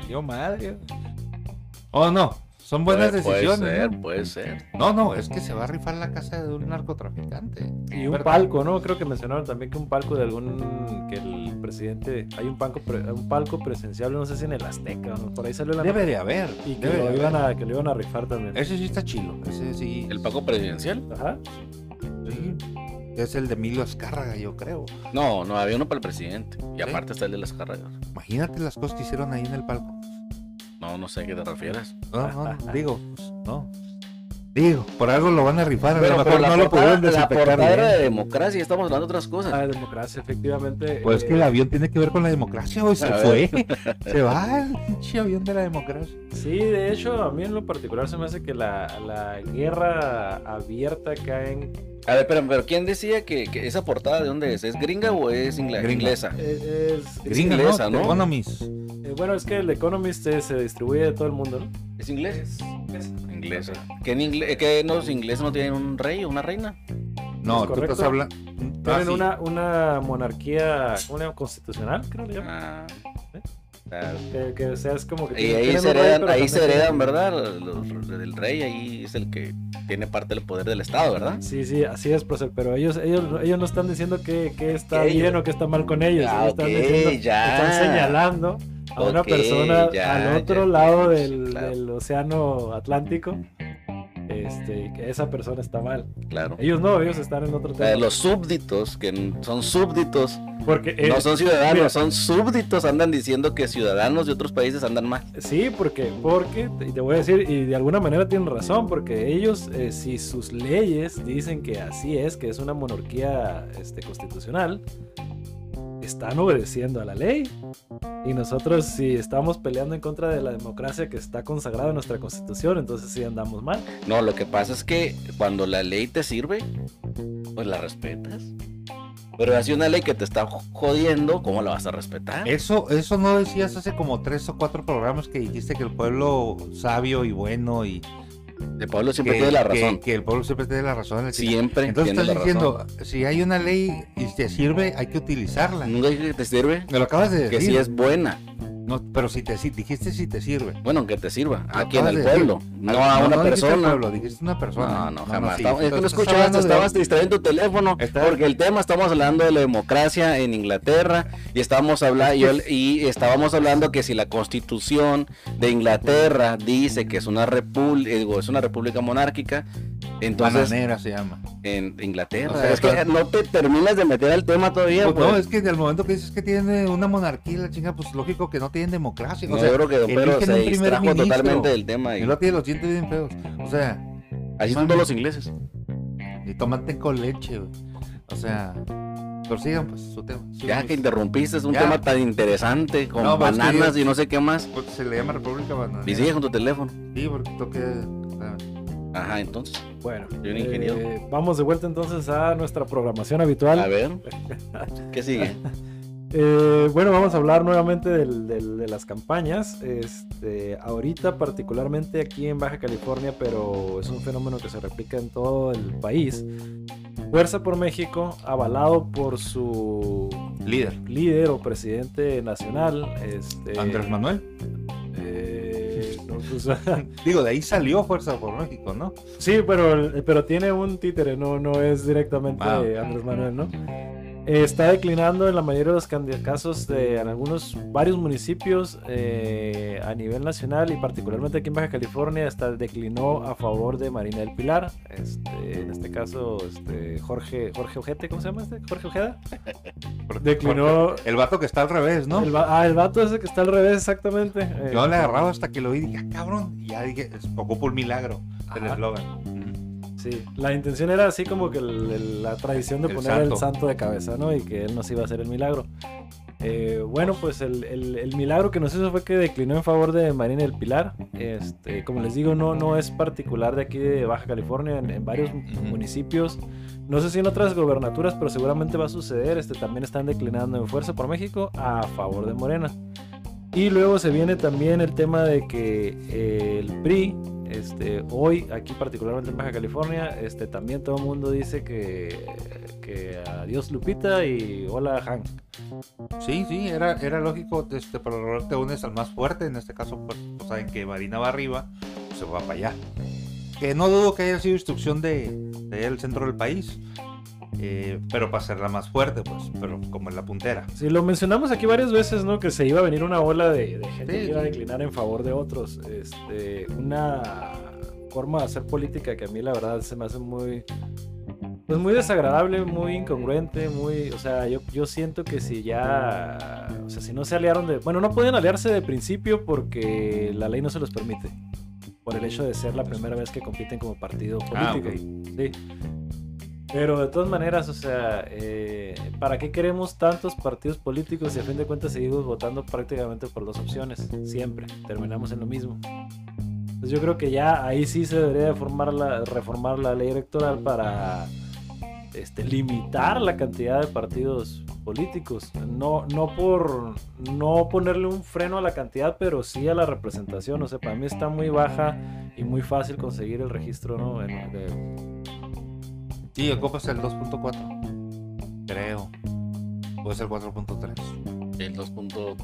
Speaker 3: valió madre.
Speaker 1: Oh, no. Son buenas
Speaker 2: Puede-
Speaker 1: decisiones.
Speaker 2: Puede ser,
Speaker 1: ¿no?
Speaker 2: puede ser.
Speaker 1: No, no, es que se va a rifar la casa de un narcotraficante.
Speaker 3: Y un
Speaker 1: ¿Verdad?
Speaker 3: palco, ¿no? Creo que mencionaron también que un palco de algún. que el presidente. Hay un palco, pre- un palco presenciable, no sé si en el Azteca, ¿no? por ahí salió la.
Speaker 1: Debe de haber.
Speaker 3: y que
Speaker 1: debe de
Speaker 3: lo,
Speaker 1: haber.
Speaker 3: iban a, que lo iban a rifar también.
Speaker 1: Ese sí está chilo. Ese sí.
Speaker 2: ¿El Paco presidencial?
Speaker 3: Ajá.
Speaker 1: sí. Es el de Emilio Azcárraga, yo creo.
Speaker 2: No, no, había uno para el presidente. Y
Speaker 1: Sí.
Speaker 2: aparte está el de las carreras.
Speaker 1: Imagínate las cosas que hicieron ahí en el palco.
Speaker 2: No, no sé a qué te refieres.
Speaker 1: No, no,
Speaker 2: *laughs*
Speaker 1: no, digo, pues, no. Digo, por algo lo van a rifar. a lo
Speaker 2: por
Speaker 1: mejor no lo pudieron
Speaker 2: la
Speaker 1: desinfectar
Speaker 2: portada era
Speaker 1: bien.
Speaker 2: de democracia, estamos hablando de otras cosas.
Speaker 3: La Ah, democracia, efectivamente.
Speaker 1: Pues es
Speaker 3: eh,
Speaker 1: que el avión tiene que ver con la democracia, hoy se
Speaker 2: A
Speaker 1: fue. *laughs* Se va el pinche avión de la democracia.
Speaker 3: Sí, de hecho, a mí en lo particular se me hace que la, la guerra abierta acá en.
Speaker 2: A ver, pero, pero ¿quién decía que, que esa portada de dónde es? ¿Es gringa o es ingla-
Speaker 1: Gringa.
Speaker 2: inglesa?
Speaker 3: eh, es-
Speaker 1: Gringa,
Speaker 2: inglesa,
Speaker 1: ¿no?
Speaker 2: ¿no?
Speaker 1: Economist.
Speaker 3: eh, bueno, es que el Economist eh, se distribuye de todo el mundo, ¿no?
Speaker 2: ¿Es inglés? Inglesa. ¿Que, en ingle- eh, que los ingleses no tienen un rey o una reina?
Speaker 1: No,
Speaker 3: ¿Es
Speaker 1: tú estás
Speaker 3: correcto?
Speaker 1: hablando. Ah,
Speaker 3: Tienen
Speaker 1: sí.
Speaker 3: una, una monarquía, ¿cómo le llaman? Constitucional, creo que le llaman.
Speaker 2: Ah,
Speaker 3: ¿Eh?
Speaker 2: claro.
Speaker 3: Que, que, o sea, es como que.
Speaker 2: Y
Speaker 3: tienen-
Speaker 2: ahí
Speaker 3: tienen
Speaker 2: se
Speaker 3: un rey,
Speaker 2: heredan,
Speaker 3: pero
Speaker 2: ahí se
Speaker 3: también tienen-
Speaker 2: heredan ¿verdad? Los- los- el rey ahí es el que tiene parte del poder del Estado, ¿verdad?
Speaker 3: Sí, sí, así es, Procer, pero ellos, ellos, ellos no están diciendo que, que está
Speaker 2: Que ellos-
Speaker 3: bien o que está mal con ellos.
Speaker 2: Ah,
Speaker 3: ellos están,
Speaker 2: ok,
Speaker 3: diciendo,
Speaker 2: ya.
Speaker 3: están señalando a una
Speaker 2: Ok,
Speaker 3: persona
Speaker 2: ya,
Speaker 3: al otro
Speaker 2: ya,
Speaker 3: lado
Speaker 2: sí,
Speaker 3: del,
Speaker 2: claro.
Speaker 3: del océano Atlántico. Este, que esa persona está mal.
Speaker 2: Claro.
Speaker 3: Ellos no, ellos están en otro
Speaker 2: O
Speaker 3: tema.
Speaker 2: sea, los súbditos, que n- son súbditos,
Speaker 3: Porque, eh,
Speaker 2: no son ciudadanos,
Speaker 3: mira.
Speaker 2: son súbditos, andan diciendo que ciudadanos de otros países andan mal.
Speaker 3: Sí, porque, porque, y te voy a decir, y de alguna manera tienen razón, porque ellos, eh, si sus leyes dicen que así es, que es una monarquía este, constitucional, están obedeciendo a la ley. Y nosotros, si estamos peleando en contra de la democracia que está consagrada en nuestra constitución, entonces sí andamos mal.
Speaker 2: No, lo que pasa es que cuando la ley te sirve, pues la respetas. Pero así una ley que te está jo- jodiendo, ¿cómo la vas a respetar?
Speaker 1: Eso, eso no decías hace como tres o cuatro programas que dijiste que el pueblo sabio y bueno y
Speaker 2: El pueblo siempre
Speaker 1: que,
Speaker 2: tiene la
Speaker 1: que-
Speaker 2: razón.
Speaker 1: que el pueblo siempre tiene la razón. así.
Speaker 2: siempre
Speaker 1: Entonces
Speaker 2: tiene
Speaker 1: estás
Speaker 2: la
Speaker 1: diciendo, si hay una ley y te sirve, hay que utilizarla.
Speaker 2: razón. Nunca dije que te sirve,
Speaker 1: Me lo acabas de
Speaker 2: que
Speaker 1: decir.
Speaker 2: sí es buena.
Speaker 1: No, pero si te si- dijiste si te sirve.
Speaker 2: Bueno, que te sirva.
Speaker 1: Lo
Speaker 2: Aquí en
Speaker 1: acabas
Speaker 2: el
Speaker 1: de decir.
Speaker 2: pueblo, no a una
Speaker 1: dijiste al
Speaker 2: persona.
Speaker 1: pueblo, dijiste una persona.
Speaker 2: No, no, jamás.
Speaker 1: ¿eh? sí,
Speaker 2: Estaba- es que no
Speaker 1: entonces estás
Speaker 2: escuchaste,
Speaker 1: hablando de-
Speaker 2: estabas distrayendo tu teléfono.
Speaker 1: Estás-
Speaker 2: Porque el tema, estamos hablando de la democracia en Inglaterra y estábamos hablando, y, yo- y estábamos hablando que si la constitución de Inglaterra dice que es una, repul- digo, es una república monárquica, entonces
Speaker 1: Bananera se llama.
Speaker 2: en Inglaterra.
Speaker 1: O sea,
Speaker 2: es que
Speaker 1: está-
Speaker 2: no te terminas de meter al tema todavía.
Speaker 1: Pues
Speaker 2: pues.
Speaker 1: no, es que del momento que dices que tiene una monarquía, la chinga, pues lógico que no tienen democracia. O
Speaker 2: No,
Speaker 1: sea,
Speaker 2: yo creo que Don Pedro
Speaker 1: eligen
Speaker 2: se
Speaker 1: un primer
Speaker 2: distrajo
Speaker 1: ministro.
Speaker 2: totalmente del tema.
Speaker 1: y
Speaker 2: Y,
Speaker 1: luego tiene los dientes bien feos. O sea,
Speaker 2: así son todos los ingleses.
Speaker 1: y toman té con leche, güey. O sea, pero sigan pues su tema. su-
Speaker 2: Ya que interrumpiste, es un
Speaker 1: Ya.
Speaker 2: tema tan interesante con
Speaker 1: No, pues, es que
Speaker 2: bananas
Speaker 1: yo-
Speaker 2: y no sé qué más.
Speaker 1: Porque se le llama República Bananera.
Speaker 2: Y sigue con tu teléfono.
Speaker 1: Sí, porque toque. ah,
Speaker 2: Ajá, entonces.
Speaker 3: Bueno,
Speaker 2: Yo era ingeniero.
Speaker 3: eh, vamos de vuelta entonces a nuestra programación habitual.
Speaker 2: A ver. ¿Qué sigue?
Speaker 3: Eh, bueno, vamos a hablar nuevamente del- del- de las campañas. Este, ahorita, particularmente aquí en Baja California, pero es un fenómeno que se replica en todo el país. Fuerza por México, avalado por su
Speaker 1: Líder.
Speaker 3: líder o presidente nacional, este,
Speaker 1: Andrés Manuel.
Speaker 3: eh, no, pues,
Speaker 1: *laughs*
Speaker 3: *laughs*
Speaker 1: Digo, de ahí salió Fuerza por México, ¿no?
Speaker 3: Sí, pero, pero tiene un títere, no, no es directamente
Speaker 1: Ah.
Speaker 3: Andrés Manuel, ¿no? Eh, Está declinando en la mayoría de los candi- casos de en algunos, varios municipios eh, a nivel nacional y particularmente aquí en Baja California, hasta declinó a favor de Marina del Pilar. Este, en este caso, este, Jorge, Jorge Ojete, ¿cómo se llama este? Jorge Ojeda.
Speaker 1: Porque-
Speaker 3: Declinó.
Speaker 1: porque El vato que está al revés, ¿no?
Speaker 3: El va- ah, el vato ese que está al revés, exactamente. eh,
Speaker 1: Yo le agarraba hasta que lo vi y dije, "Ah, cabrón. Y ya dije, es- ocupo un milagro. El
Speaker 3: Ajá.
Speaker 1: eslogan.
Speaker 3: Sí, la intención era así como que el- el- la tradición de
Speaker 1: El
Speaker 3: poner
Speaker 1: santo.
Speaker 3: el santo de cabeza, ¿no? Y que él nos iba a hacer el milagro. Eh, bueno, pues el, el- el milagro que nos hizo fue que declinó en favor de Marina del Pilar. Este, como les digo, no, no es particular de aquí de Baja California, en, en varios municipios. No sé si en otras gobernaturas, pero seguramente va a suceder. Este, también están declinando en fuerza por México a favor de Morena. Y luego se viene también el tema de que eh, el PRI, este, hoy aquí particularmente en Baja California, este, también todo el mundo dice que, que adiós Lupita y hola Hank.
Speaker 1: Sí, sí, era, era lógico, este, pero luego te unes al más fuerte, en este caso, pues, pues, saben que Marina va arriba, pues, se va para allá. Que no dudo que haya sido instrucción de, de el centro del país, eh, pero para ser la más fuerte, pues, pero como en la puntera.
Speaker 3: Sí, lo mencionamos aquí varias veces, ¿no? Que se iba a venir una ola de, de gente
Speaker 1: Sí,
Speaker 3: que iba a
Speaker 1: sí.
Speaker 3: declinar en favor de otros. Este, una forma de hacer política que a mí la verdad se me hace muy... Pues muy desagradable, muy incongruente, muy... O sea, yo, yo siento que si ya... O sea, si no se aliaron de... Bueno, no podían aliarse de principio porque la ley no se los permite. Por el hecho de ser la primera vez que compiten como partido político.
Speaker 1: Ah,
Speaker 3: Sí. Pero de todas maneras, o sea, eh, ¿para qué queremos tantos partidos políticos si a fin de cuentas seguimos votando prácticamente por dos opciones? Siempre, terminamos en lo mismo. Entonces yo creo que ya ahí sí se debería de formar la, reformar la ley electoral para este, limitar la cantidad de partidos políticos. No, no por no ponerle un freno a la cantidad, pero sí a la representación. O sea, para mí está muy baja y muy fácil conseguir el registro, ¿no? En- de-
Speaker 1: Sí, ocupas el 2.4, creo. Puede ser 4.3.
Speaker 2: El 2.2.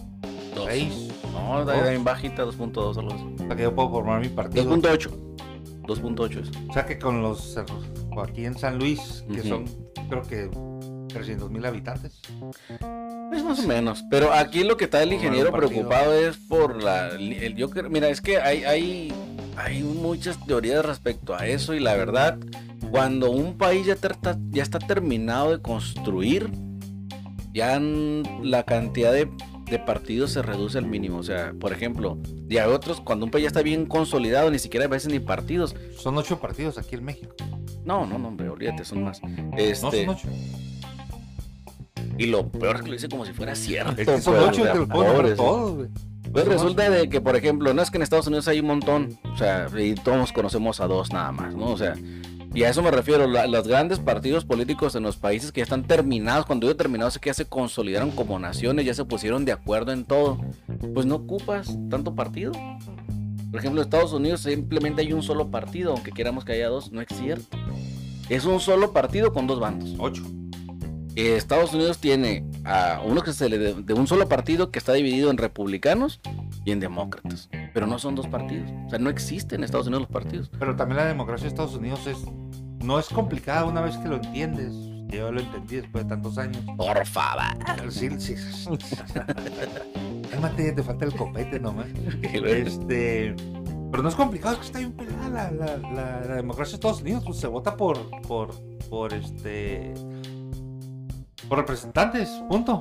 Speaker 1: Seis.
Speaker 2: No, da da en bajita 2.2 algo así.
Speaker 1: Para que yo puedo formar mi partido.
Speaker 2: 2.8. 2.8 es.
Speaker 1: O sea que con los eh, aquí en San Luis, que
Speaker 2: Ujú.
Speaker 1: son creo que 300 mil habitantes.
Speaker 2: Es más o menos. Pero aquí lo que está el
Speaker 1: Formar
Speaker 2: ingeniero
Speaker 1: un partido.
Speaker 2: preocupado es por la. El, yo creo- mira, es que hay, hay, hay muchas teorías respecto a eso y la verdad, cuando un país ya, ter- ta- ya está terminado de construir, ya n- la cantidad de, de partidos se reduce al mínimo. O sea, por ejemplo, y hay otros, cuando un país ya está bien consolidado, ni siquiera a veces ni partidos.
Speaker 1: Son ocho partidos aquí en México.
Speaker 2: No, no, no, hombre, olvídate, son más.
Speaker 1: No
Speaker 2: Este,
Speaker 1: son ocho.
Speaker 2: Y lo peor es que lo dice como si fuera cierto.
Speaker 1: Es que son
Speaker 2: pues,
Speaker 1: ocho y
Speaker 2: o sea,
Speaker 1: te lo puedo nombrar
Speaker 2: pobres, ¿no?
Speaker 1: todos, güey.
Speaker 2: Pues
Speaker 1: Son
Speaker 2: resulta de que, por ejemplo, no es que en Estados Unidos hay un montón, o sea, y todos conocemos a dos nada más, ¿no? O sea, y a eso me refiero, la- los grandes partidos políticos en los países que ya están terminados, cuando digo terminados es que ya se consolidaron como naciones, ya se pusieron de acuerdo en todo, pues no ocupas tanto partido. Por ejemplo, en Estados Unidos simplemente hay un solo partido, aunque queramos que haya dos, no es cierto. Es un solo partido con dos bandos.
Speaker 1: Ocho.
Speaker 2: Eh, Estados Unidos tiene a uno que se le de, de un solo partido que está dividido en republicanos y en demócratas, pero no son dos partidos, o sea, no existen en Estados Unidos los partidos.
Speaker 1: Pero también la democracia de Estados Unidos es no es complicada una vez que lo entiendes. Yo lo entendí después de tantos años.
Speaker 2: Por
Speaker 1: *laughs*
Speaker 2: favor.
Speaker 1: Ah, Sí, sí. Cálmate, te falta el copete nomás. Este, pero no es complicado, es que está bien pelada la, la- la- la democracia de Estados Unidos, pues se vota por, por, por este, por representantes, punto.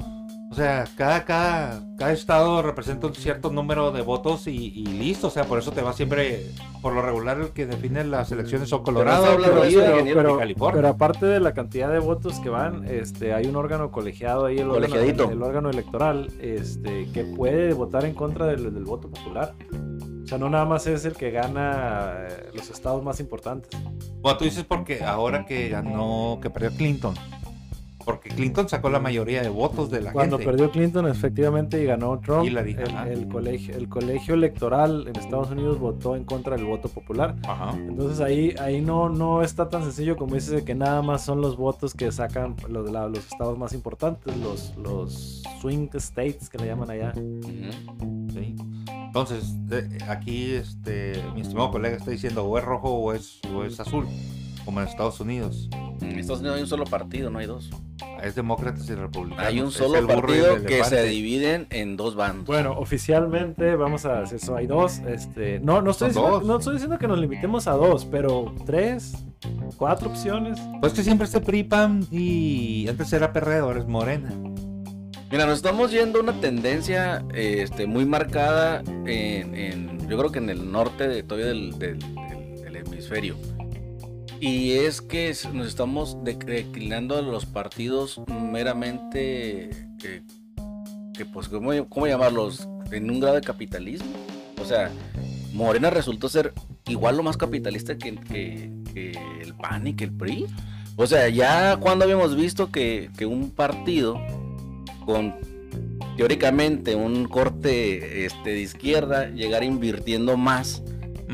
Speaker 1: O sea, cada, cada, cada estado representa un cierto número de votos y, y listo. O sea, por eso te va siempre, por lo regular, el que define las elecciones son Colorado,
Speaker 2: Pero estás hablando
Speaker 1: Florida,
Speaker 2: de eso,
Speaker 1: y
Speaker 2: ingeniero,
Speaker 1: California.
Speaker 3: pero aparte de la cantidad de votos que van, este, hay un órgano colegiado ahí, el órgano,
Speaker 2: Colegiadito.
Speaker 3: el órgano electoral, este, que puede votar en contra del, del voto popular. O sea, no nada más es el que gana eh, los estados más importantes.
Speaker 1: Bueno, tú dices porque ahora que ganó, que perdió Clinton. Porque Clinton sacó la mayoría de votos de la
Speaker 3: Cuando
Speaker 1: gente.
Speaker 3: perdió Clinton, efectivamente, y ganó Trump,
Speaker 1: Hillary,
Speaker 3: el,
Speaker 1: ajá.
Speaker 3: el colegio, el colegio electoral en Estados Unidos votó en contra del voto popular.
Speaker 1: Ajá.
Speaker 3: Entonces ahí, ahí no, no está tan sencillo como dices de que nada más son los votos que sacan los, la- los estados más importantes, los, los swing states que le llaman allá.
Speaker 1: Sí. Entonces, eh, aquí este, mi estimado colega está diciendo o es rojo o es, o es azul, como en Estados Unidos.
Speaker 2: En Estados Unidos hay un solo partido, no hay dos.
Speaker 1: Es demócratas y republicanos.
Speaker 2: Hay un
Speaker 1: Es el
Speaker 2: solo
Speaker 1: burro y
Speaker 2: partido
Speaker 1: el
Speaker 2: que se
Speaker 1: elefante.
Speaker 2: dividen en dos bandos.
Speaker 3: Bueno, oficialmente vamos a decir eso, hay dos. Este, no, no estoy,
Speaker 1: Son
Speaker 3: diciendo,
Speaker 1: dos.
Speaker 3: no estoy diciendo que nos limitemos a dos, pero tres, cuatro opciones.
Speaker 1: Pues que siempre este PRIPAM y antes era PRD, ahora es Morena.
Speaker 2: Mira, nos estamos yendo a una tendencia este, muy marcada en, en- yo creo que en el norte de, todavía del, del- del- del hemisferio. Y es que es- nos estamos de- declinando a los partidos meramente, eh, que, pues, ¿cómo, cómo llamarlos? En un grado de capitalismo. O sea, Morena resultó ser igual o más capitalista que, que- que el PAN y que el PRI. O sea, ya cuando habíamos visto que, que un partido con teóricamente un corte este, de izquierda, llegar invirtiendo más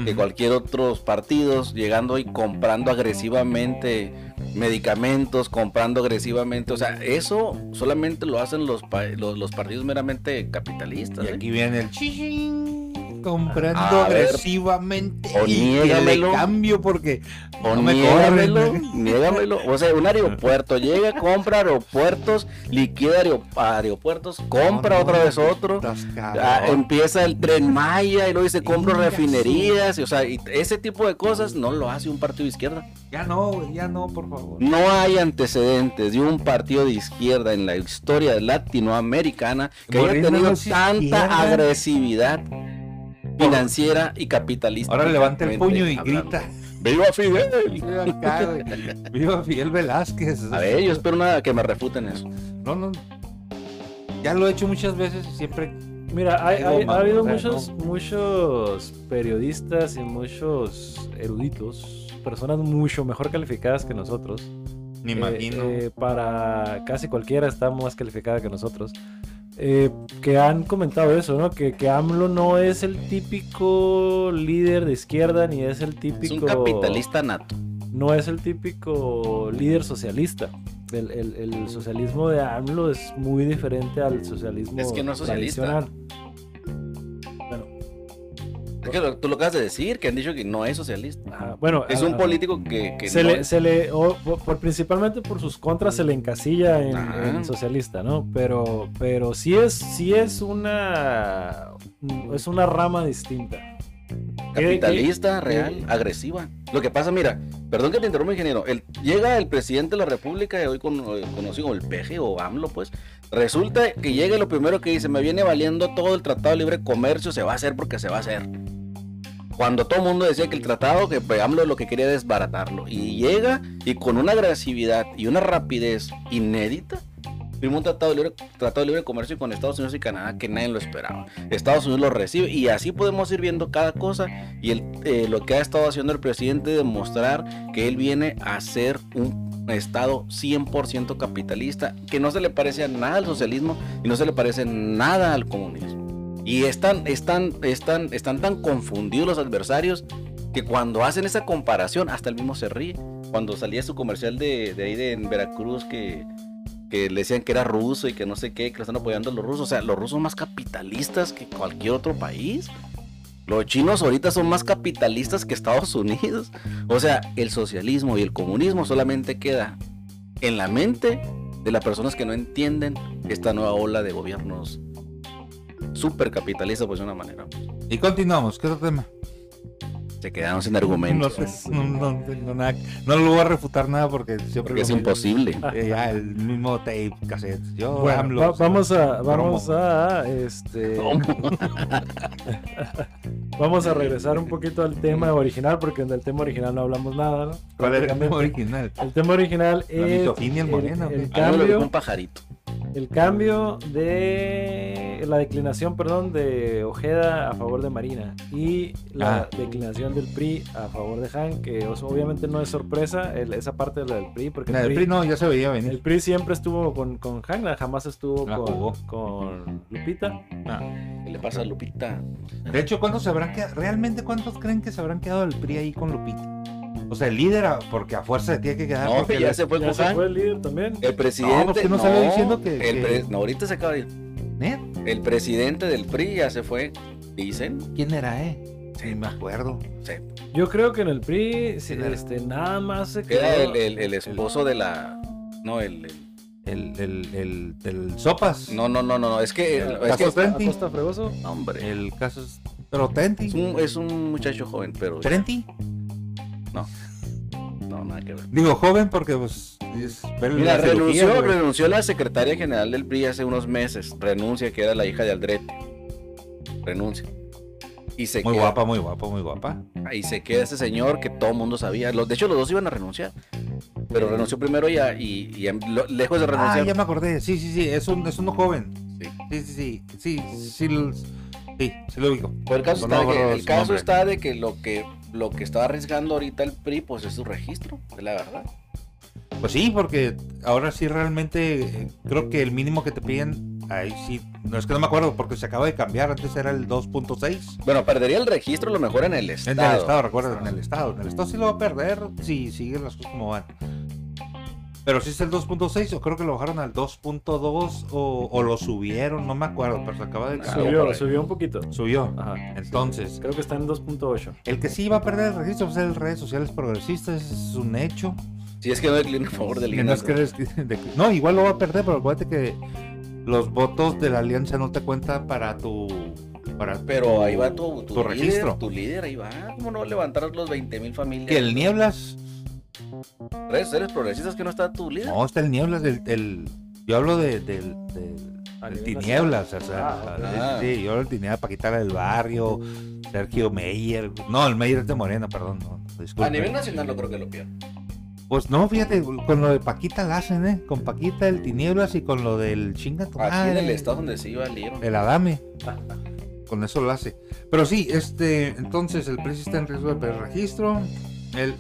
Speaker 2: que
Speaker 1: Ujú.
Speaker 2: cualquier otros partidos, llegando y comprando agresivamente medicamentos, comprando agresivamente. O sea, eso solamente lo hacen los, pa- los, los partidos meramente capitalistas.
Speaker 1: Y
Speaker 2: ¿eh? Ah,
Speaker 1: aquí viene el chichín comprando
Speaker 2: A ver,
Speaker 1: agresivamente
Speaker 2: o
Speaker 1: y que le
Speaker 2: niégamelo.
Speaker 1: cambio porque
Speaker 2: O
Speaker 1: no me
Speaker 2: niégamelo,
Speaker 1: corren.
Speaker 2: niégamelo. O sea, un aeropuerto llega, compra aeropuertos, liquida aero- aeropuertos, compra
Speaker 1: No,
Speaker 2: otra
Speaker 1: no,
Speaker 2: vez otro.
Speaker 1: estás cabrón.
Speaker 2: Ah, empieza el tren Maya y luego dice compro
Speaker 1: Inga su-
Speaker 2: refinerías. Y, o sea, y ese tipo de cosas no lo hace un partido de izquierda.
Speaker 1: Ya no, güey, ya no, por favor.
Speaker 2: No hay antecedentes de un partido de izquierda en la historia latinoamericana que haya
Speaker 1: Morena no
Speaker 2: tenido
Speaker 1: es
Speaker 2: tanta
Speaker 1: izquierda.
Speaker 2: agresividad financiera y capitalista.
Speaker 1: Ahora levanta el puño y
Speaker 2: hablando.
Speaker 1: grita.
Speaker 2: ¡Viva *laughs* Fidel!
Speaker 1: "Viva acá, güey, Viva Fidel Velázquez.
Speaker 2: A ver, yo espero nada que me refuten eso.
Speaker 1: No, no. Ya lo he hecho muchas veces y siempre.
Speaker 3: Mira, hay-
Speaker 1: Digo,
Speaker 3: hay- ha
Speaker 1: mamá,
Speaker 3: habido
Speaker 1: o sea,
Speaker 3: muchos, muchos periodistas y muchos eruditos, personas mucho mejor calificadas que nosotros.
Speaker 1: Me
Speaker 3: eh,
Speaker 1: imagino.
Speaker 3: eh, para casi cualquiera está más calificada que nosotros. eh, que han comentado eso, ¿no? Que, que AMLO no es el típico líder de izquierda ni es el
Speaker 2: Es
Speaker 3: típico.
Speaker 2: un capitalista nato.
Speaker 3: no es el típico líder socialista. El, el- el socialismo de AMLO es muy diferente al socialismo
Speaker 2: Es que no es socialista.
Speaker 3: tradicional.
Speaker 2: Es que lo- tú lo acabas de decir, que han dicho que no es socialista.
Speaker 3: Ajá, Ah, Bueno,
Speaker 2: Es
Speaker 3: a-
Speaker 2: un
Speaker 3: a-
Speaker 2: político que, que
Speaker 3: se
Speaker 2: no
Speaker 3: le,
Speaker 2: es-
Speaker 3: se le- o- por, por- principalmente por sus contras se le encasilla en,
Speaker 2: Ajá.
Speaker 3: en socialista, ¿no? Pero, pero sí es, sí es una es una rama distinta. ¿Qué- qué-
Speaker 2: capitalista, real, agresiva. Lo que pasa, mira, perdón que te interrumpa, ingeniero. El, llega el presidente de la República, hoy con- eh, conocido como el PG o AMLO, pues. Resulta que llega y lo primero que dice: Me viene valiendo todo el Tratado de Libre Comercio, se va a hacer porque se va a hacer. Cuando todo el mundo decía que el tratado, que pues, AMLO lo que quería era desbaratarlo. Y llega y con una agresividad y una rapidez inédita, firmó un tratado de libre, tratado de libre comercio con Estados Unidos y Canadá que nadie lo esperaba. Estados Unidos lo recibe y así podemos ir viendo cada cosa y el- eh, lo que ha estado haciendo el presidente demostrar que él viene a ser un estado 100% capitalista que no se le parece a nada al socialismo y no se le parece nada al comunismo y están están están están tan confundidos los adversarios que cuando hacen esa comparación hasta el mismo se ríe cuando salía su comercial de, de ahí de en Veracruz que que le decían que era ruso y que no sé qué, que lo están apoyando los rusos. O sea, los rusos son más capitalistas que cualquier otro país. Los chinos ahorita son más capitalistas que Estados Unidos. O sea, el socialismo y el comunismo solamente queda en la mente de las personas que no entienden esta nueva ola de gobiernos supercapitalistas, pues de una manera.
Speaker 1: Y continuamos. ¿Qué otro tema?
Speaker 2: Se quedaron sin
Speaker 1: No,
Speaker 2: argumentos.
Speaker 1: sé, no, no, no, nada- no lo voy a refutar nada porque siempre
Speaker 2: Porque es
Speaker 1: lo mismo.
Speaker 2: imposible.
Speaker 1: *laughs* Eh, ya, el mismo tape, cassette. Yo
Speaker 3: Bueno,
Speaker 1: AMLO,
Speaker 3: va-
Speaker 1: o sea,
Speaker 3: vamos a
Speaker 1: bromo.
Speaker 3: vamos
Speaker 2: *laughs*
Speaker 3: a este *laughs* vamos a regresar un poquito al tema original porque del tema original no hablamos nada. ¿no?
Speaker 1: ¿Cuál era el tema
Speaker 3: Prácticamente.
Speaker 1: original?
Speaker 3: El tema original
Speaker 1: La
Speaker 3: es
Speaker 1: misoginia, el moreno, ¿o qué?
Speaker 3: el
Speaker 2: Ah, no, lo dijo
Speaker 3: cambio
Speaker 2: un pajarito.
Speaker 3: El cambio de la declinación, perdón, de Ojeda a favor de Marina y la
Speaker 1: Ah.
Speaker 3: declinación del PRI a favor de Han, que os- obviamente no es sorpresa el- esa parte de la del PRI, porque
Speaker 1: La del
Speaker 3: el,
Speaker 1: PRI
Speaker 3: PRI,
Speaker 1: no, ya se veía venir.
Speaker 3: el PRI siempre estuvo con, con Han, jamás estuvo
Speaker 1: La jugó.
Speaker 3: con, con Lupita.
Speaker 2: ¿Qué le pasa a Lupita?
Speaker 1: De hecho, ¿cuántos se habrán quedado? ¿Realmente cuántos creen que se habrán quedado el PRI ahí con Lupita? O sea, el líder, a- porque a fuerza se tiene que quedar.
Speaker 2: No,
Speaker 1: Ah, porque
Speaker 2: ya
Speaker 1: le-
Speaker 2: se fue
Speaker 3: Ya
Speaker 2: Pues con
Speaker 3: se
Speaker 2: Han.
Speaker 3: fue el líder también.
Speaker 2: El presidente.
Speaker 1: No, pues, que no estaba diciendo que-
Speaker 2: el
Speaker 1: que-
Speaker 2: pre- no, ahorita se acaba de ir.
Speaker 1: ¿Eh?
Speaker 2: El presidente del PRI ya se fue. Dicen.
Speaker 1: ¿Quién era, eh? Sí, me acuerdo.
Speaker 2: se-
Speaker 3: Yo creo que en el PRI sí,
Speaker 1: Era-
Speaker 3: este, nada más se quedó.
Speaker 2: Era el, el- el esposo de la. No, el. el-
Speaker 1: El, el, el, el Sopas.
Speaker 2: no, no, no, no, no, Es que.
Speaker 1: El
Speaker 2: es que-
Speaker 1: Castro Trenti.
Speaker 3: Acosta Fregoso.
Speaker 2: hombre.
Speaker 1: El caso es. Pero
Speaker 2: Es
Speaker 1: Trenti.
Speaker 2: un, es un muchacho joven, pero.
Speaker 1: Trenti.
Speaker 2: No, nada que ver.
Speaker 1: Digo, joven porque, pues. es- ver
Speaker 2: Mira,
Speaker 1: la cirugía,
Speaker 2: renunció,
Speaker 1: güey.
Speaker 2: renunció la secretaria general del PRI hace unos meses. Renuncia, que era la hija de Aldrete. Renuncia. Y se
Speaker 1: Muy
Speaker 2: queda-
Speaker 1: guapa, muy guapa, muy guapa.
Speaker 2: Ahí se queda ese señor que todo el mundo sabía. Los, de hecho, los dos iban a renunciar. Pero renunció primero ya y, y en- lo- lejos de
Speaker 1: Ah, ya
Speaker 2: renunciar.
Speaker 1: me acordé. Sí, sí, sí. Es, un, es uno joven.
Speaker 2: Sí.
Speaker 1: Sí, sí, sí. Sí, sí, sí, lo- sí, sí lo ubico.
Speaker 2: Pero el caso,
Speaker 1: No,
Speaker 2: está,
Speaker 1: Pues no, no,
Speaker 2: de que,
Speaker 1: su
Speaker 2: el caso
Speaker 1: nombre.
Speaker 2: está de que lo que lo que está arriesgando ahorita el PRI pues es su registro, es la verdad.
Speaker 1: Pues sí, porque ahora sí realmente eh, creo que el mínimo que te piden, ahí sí, no es que no me acuerdo, porque se acaba de cambiar, antes era el 2.6.
Speaker 2: Bueno, perdería el registro a lo mejor en
Speaker 1: En
Speaker 2: el
Speaker 1: el
Speaker 2: estado.
Speaker 1: Estado, recuerda, en el Estado. En el Estado sí lo va a perder si siguen las cosas como van. Pero si es el 2.6 o creo que lo bajaron al 2.2 o, o lo subieron, no me acuerdo, pero se acaba de caer.
Speaker 3: Subió, subió un poquito.
Speaker 1: Subió.
Speaker 3: Ajá.
Speaker 1: Entonces,
Speaker 3: Creo que está en 2.8.
Speaker 1: el que sí va a perder el registro va a ser redes sociales progresistas, ese es un hecho.
Speaker 2: Si es que no declina a favor del
Speaker 1: Que no,
Speaker 2: INAI,
Speaker 1: es que des- de- no, igual lo va a perder, pero acuérdate que los votos de la alianza no te cuentan para tu. Para
Speaker 2: Pero ahí va tu,
Speaker 1: tu
Speaker 2: tu, líder,
Speaker 1: registro.
Speaker 2: Tu líder, ahí va. ¿Cómo no levantar los 20 mil familias?
Speaker 1: Que el Nieblas.
Speaker 2: ¿Redes sociales progresistas que no está tu líder?
Speaker 1: No, está el Nieblas. El, el- yo hablo de, del- del-
Speaker 3: A
Speaker 1: del
Speaker 3: nivel
Speaker 1: Tinieblas. O sea,
Speaker 3: Ah,
Speaker 2: ok.
Speaker 1: sí, sí, yo hablo del Tinieblas, Paquita del Barrio, Sergio Meyer. No, el Meyer es de Morena, perdón. No, disculpe.
Speaker 2: A nivel nacional no creo que lo pierda.
Speaker 1: Pues no, fíjate, con lo de Paquita la hacen, ¿eh? Con Paquita, el Tinieblas y con lo del chinga tu
Speaker 2: Aquí en el
Speaker 1: madre. Eh.
Speaker 2: estado donde se iba el líder.
Speaker 1: El Adame. Con eso lo hace. Pero sí, este, entonces el precio está en riesgo de registro. El,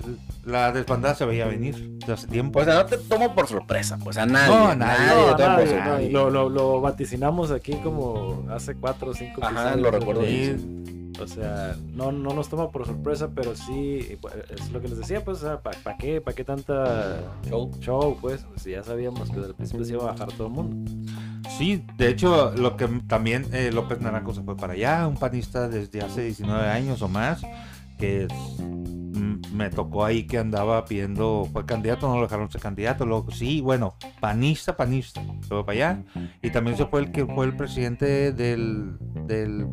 Speaker 1: la desbandada se veía venir de hace tiempo.
Speaker 2: Pues o sea, no te tomo por sorpresa, pues a nadie.
Speaker 1: No, a nadie.
Speaker 2: nadie.
Speaker 1: No,
Speaker 2: te
Speaker 1: a
Speaker 2: toma por
Speaker 1: nadie.
Speaker 2: sorpresa.
Speaker 3: Lo, lo, lo vaticinamos aquí como hace 4 o 5
Speaker 2: Ajá, lo recuerdo
Speaker 1: Sí,
Speaker 3: O sea, no, no nos toma por sorpresa, pero sí, pues, es lo que les decía, pues, ¿para qué? ¿Para qué tanta
Speaker 2: Show.
Speaker 3: show? Pues, si ya sabíamos que del principio se iba a bajar todo el mundo.
Speaker 1: sí, de hecho, lo que también eh, López Naranjo se fue para allá, un panista desde hace 19 años o más, que es- mm, me tocó ahí que andaba pidiendo, fue candidato, no lo dejaron ser candidato, luego sí, bueno, panista, panista, se fue para allá. Y también se fue el que fue el presidente del, del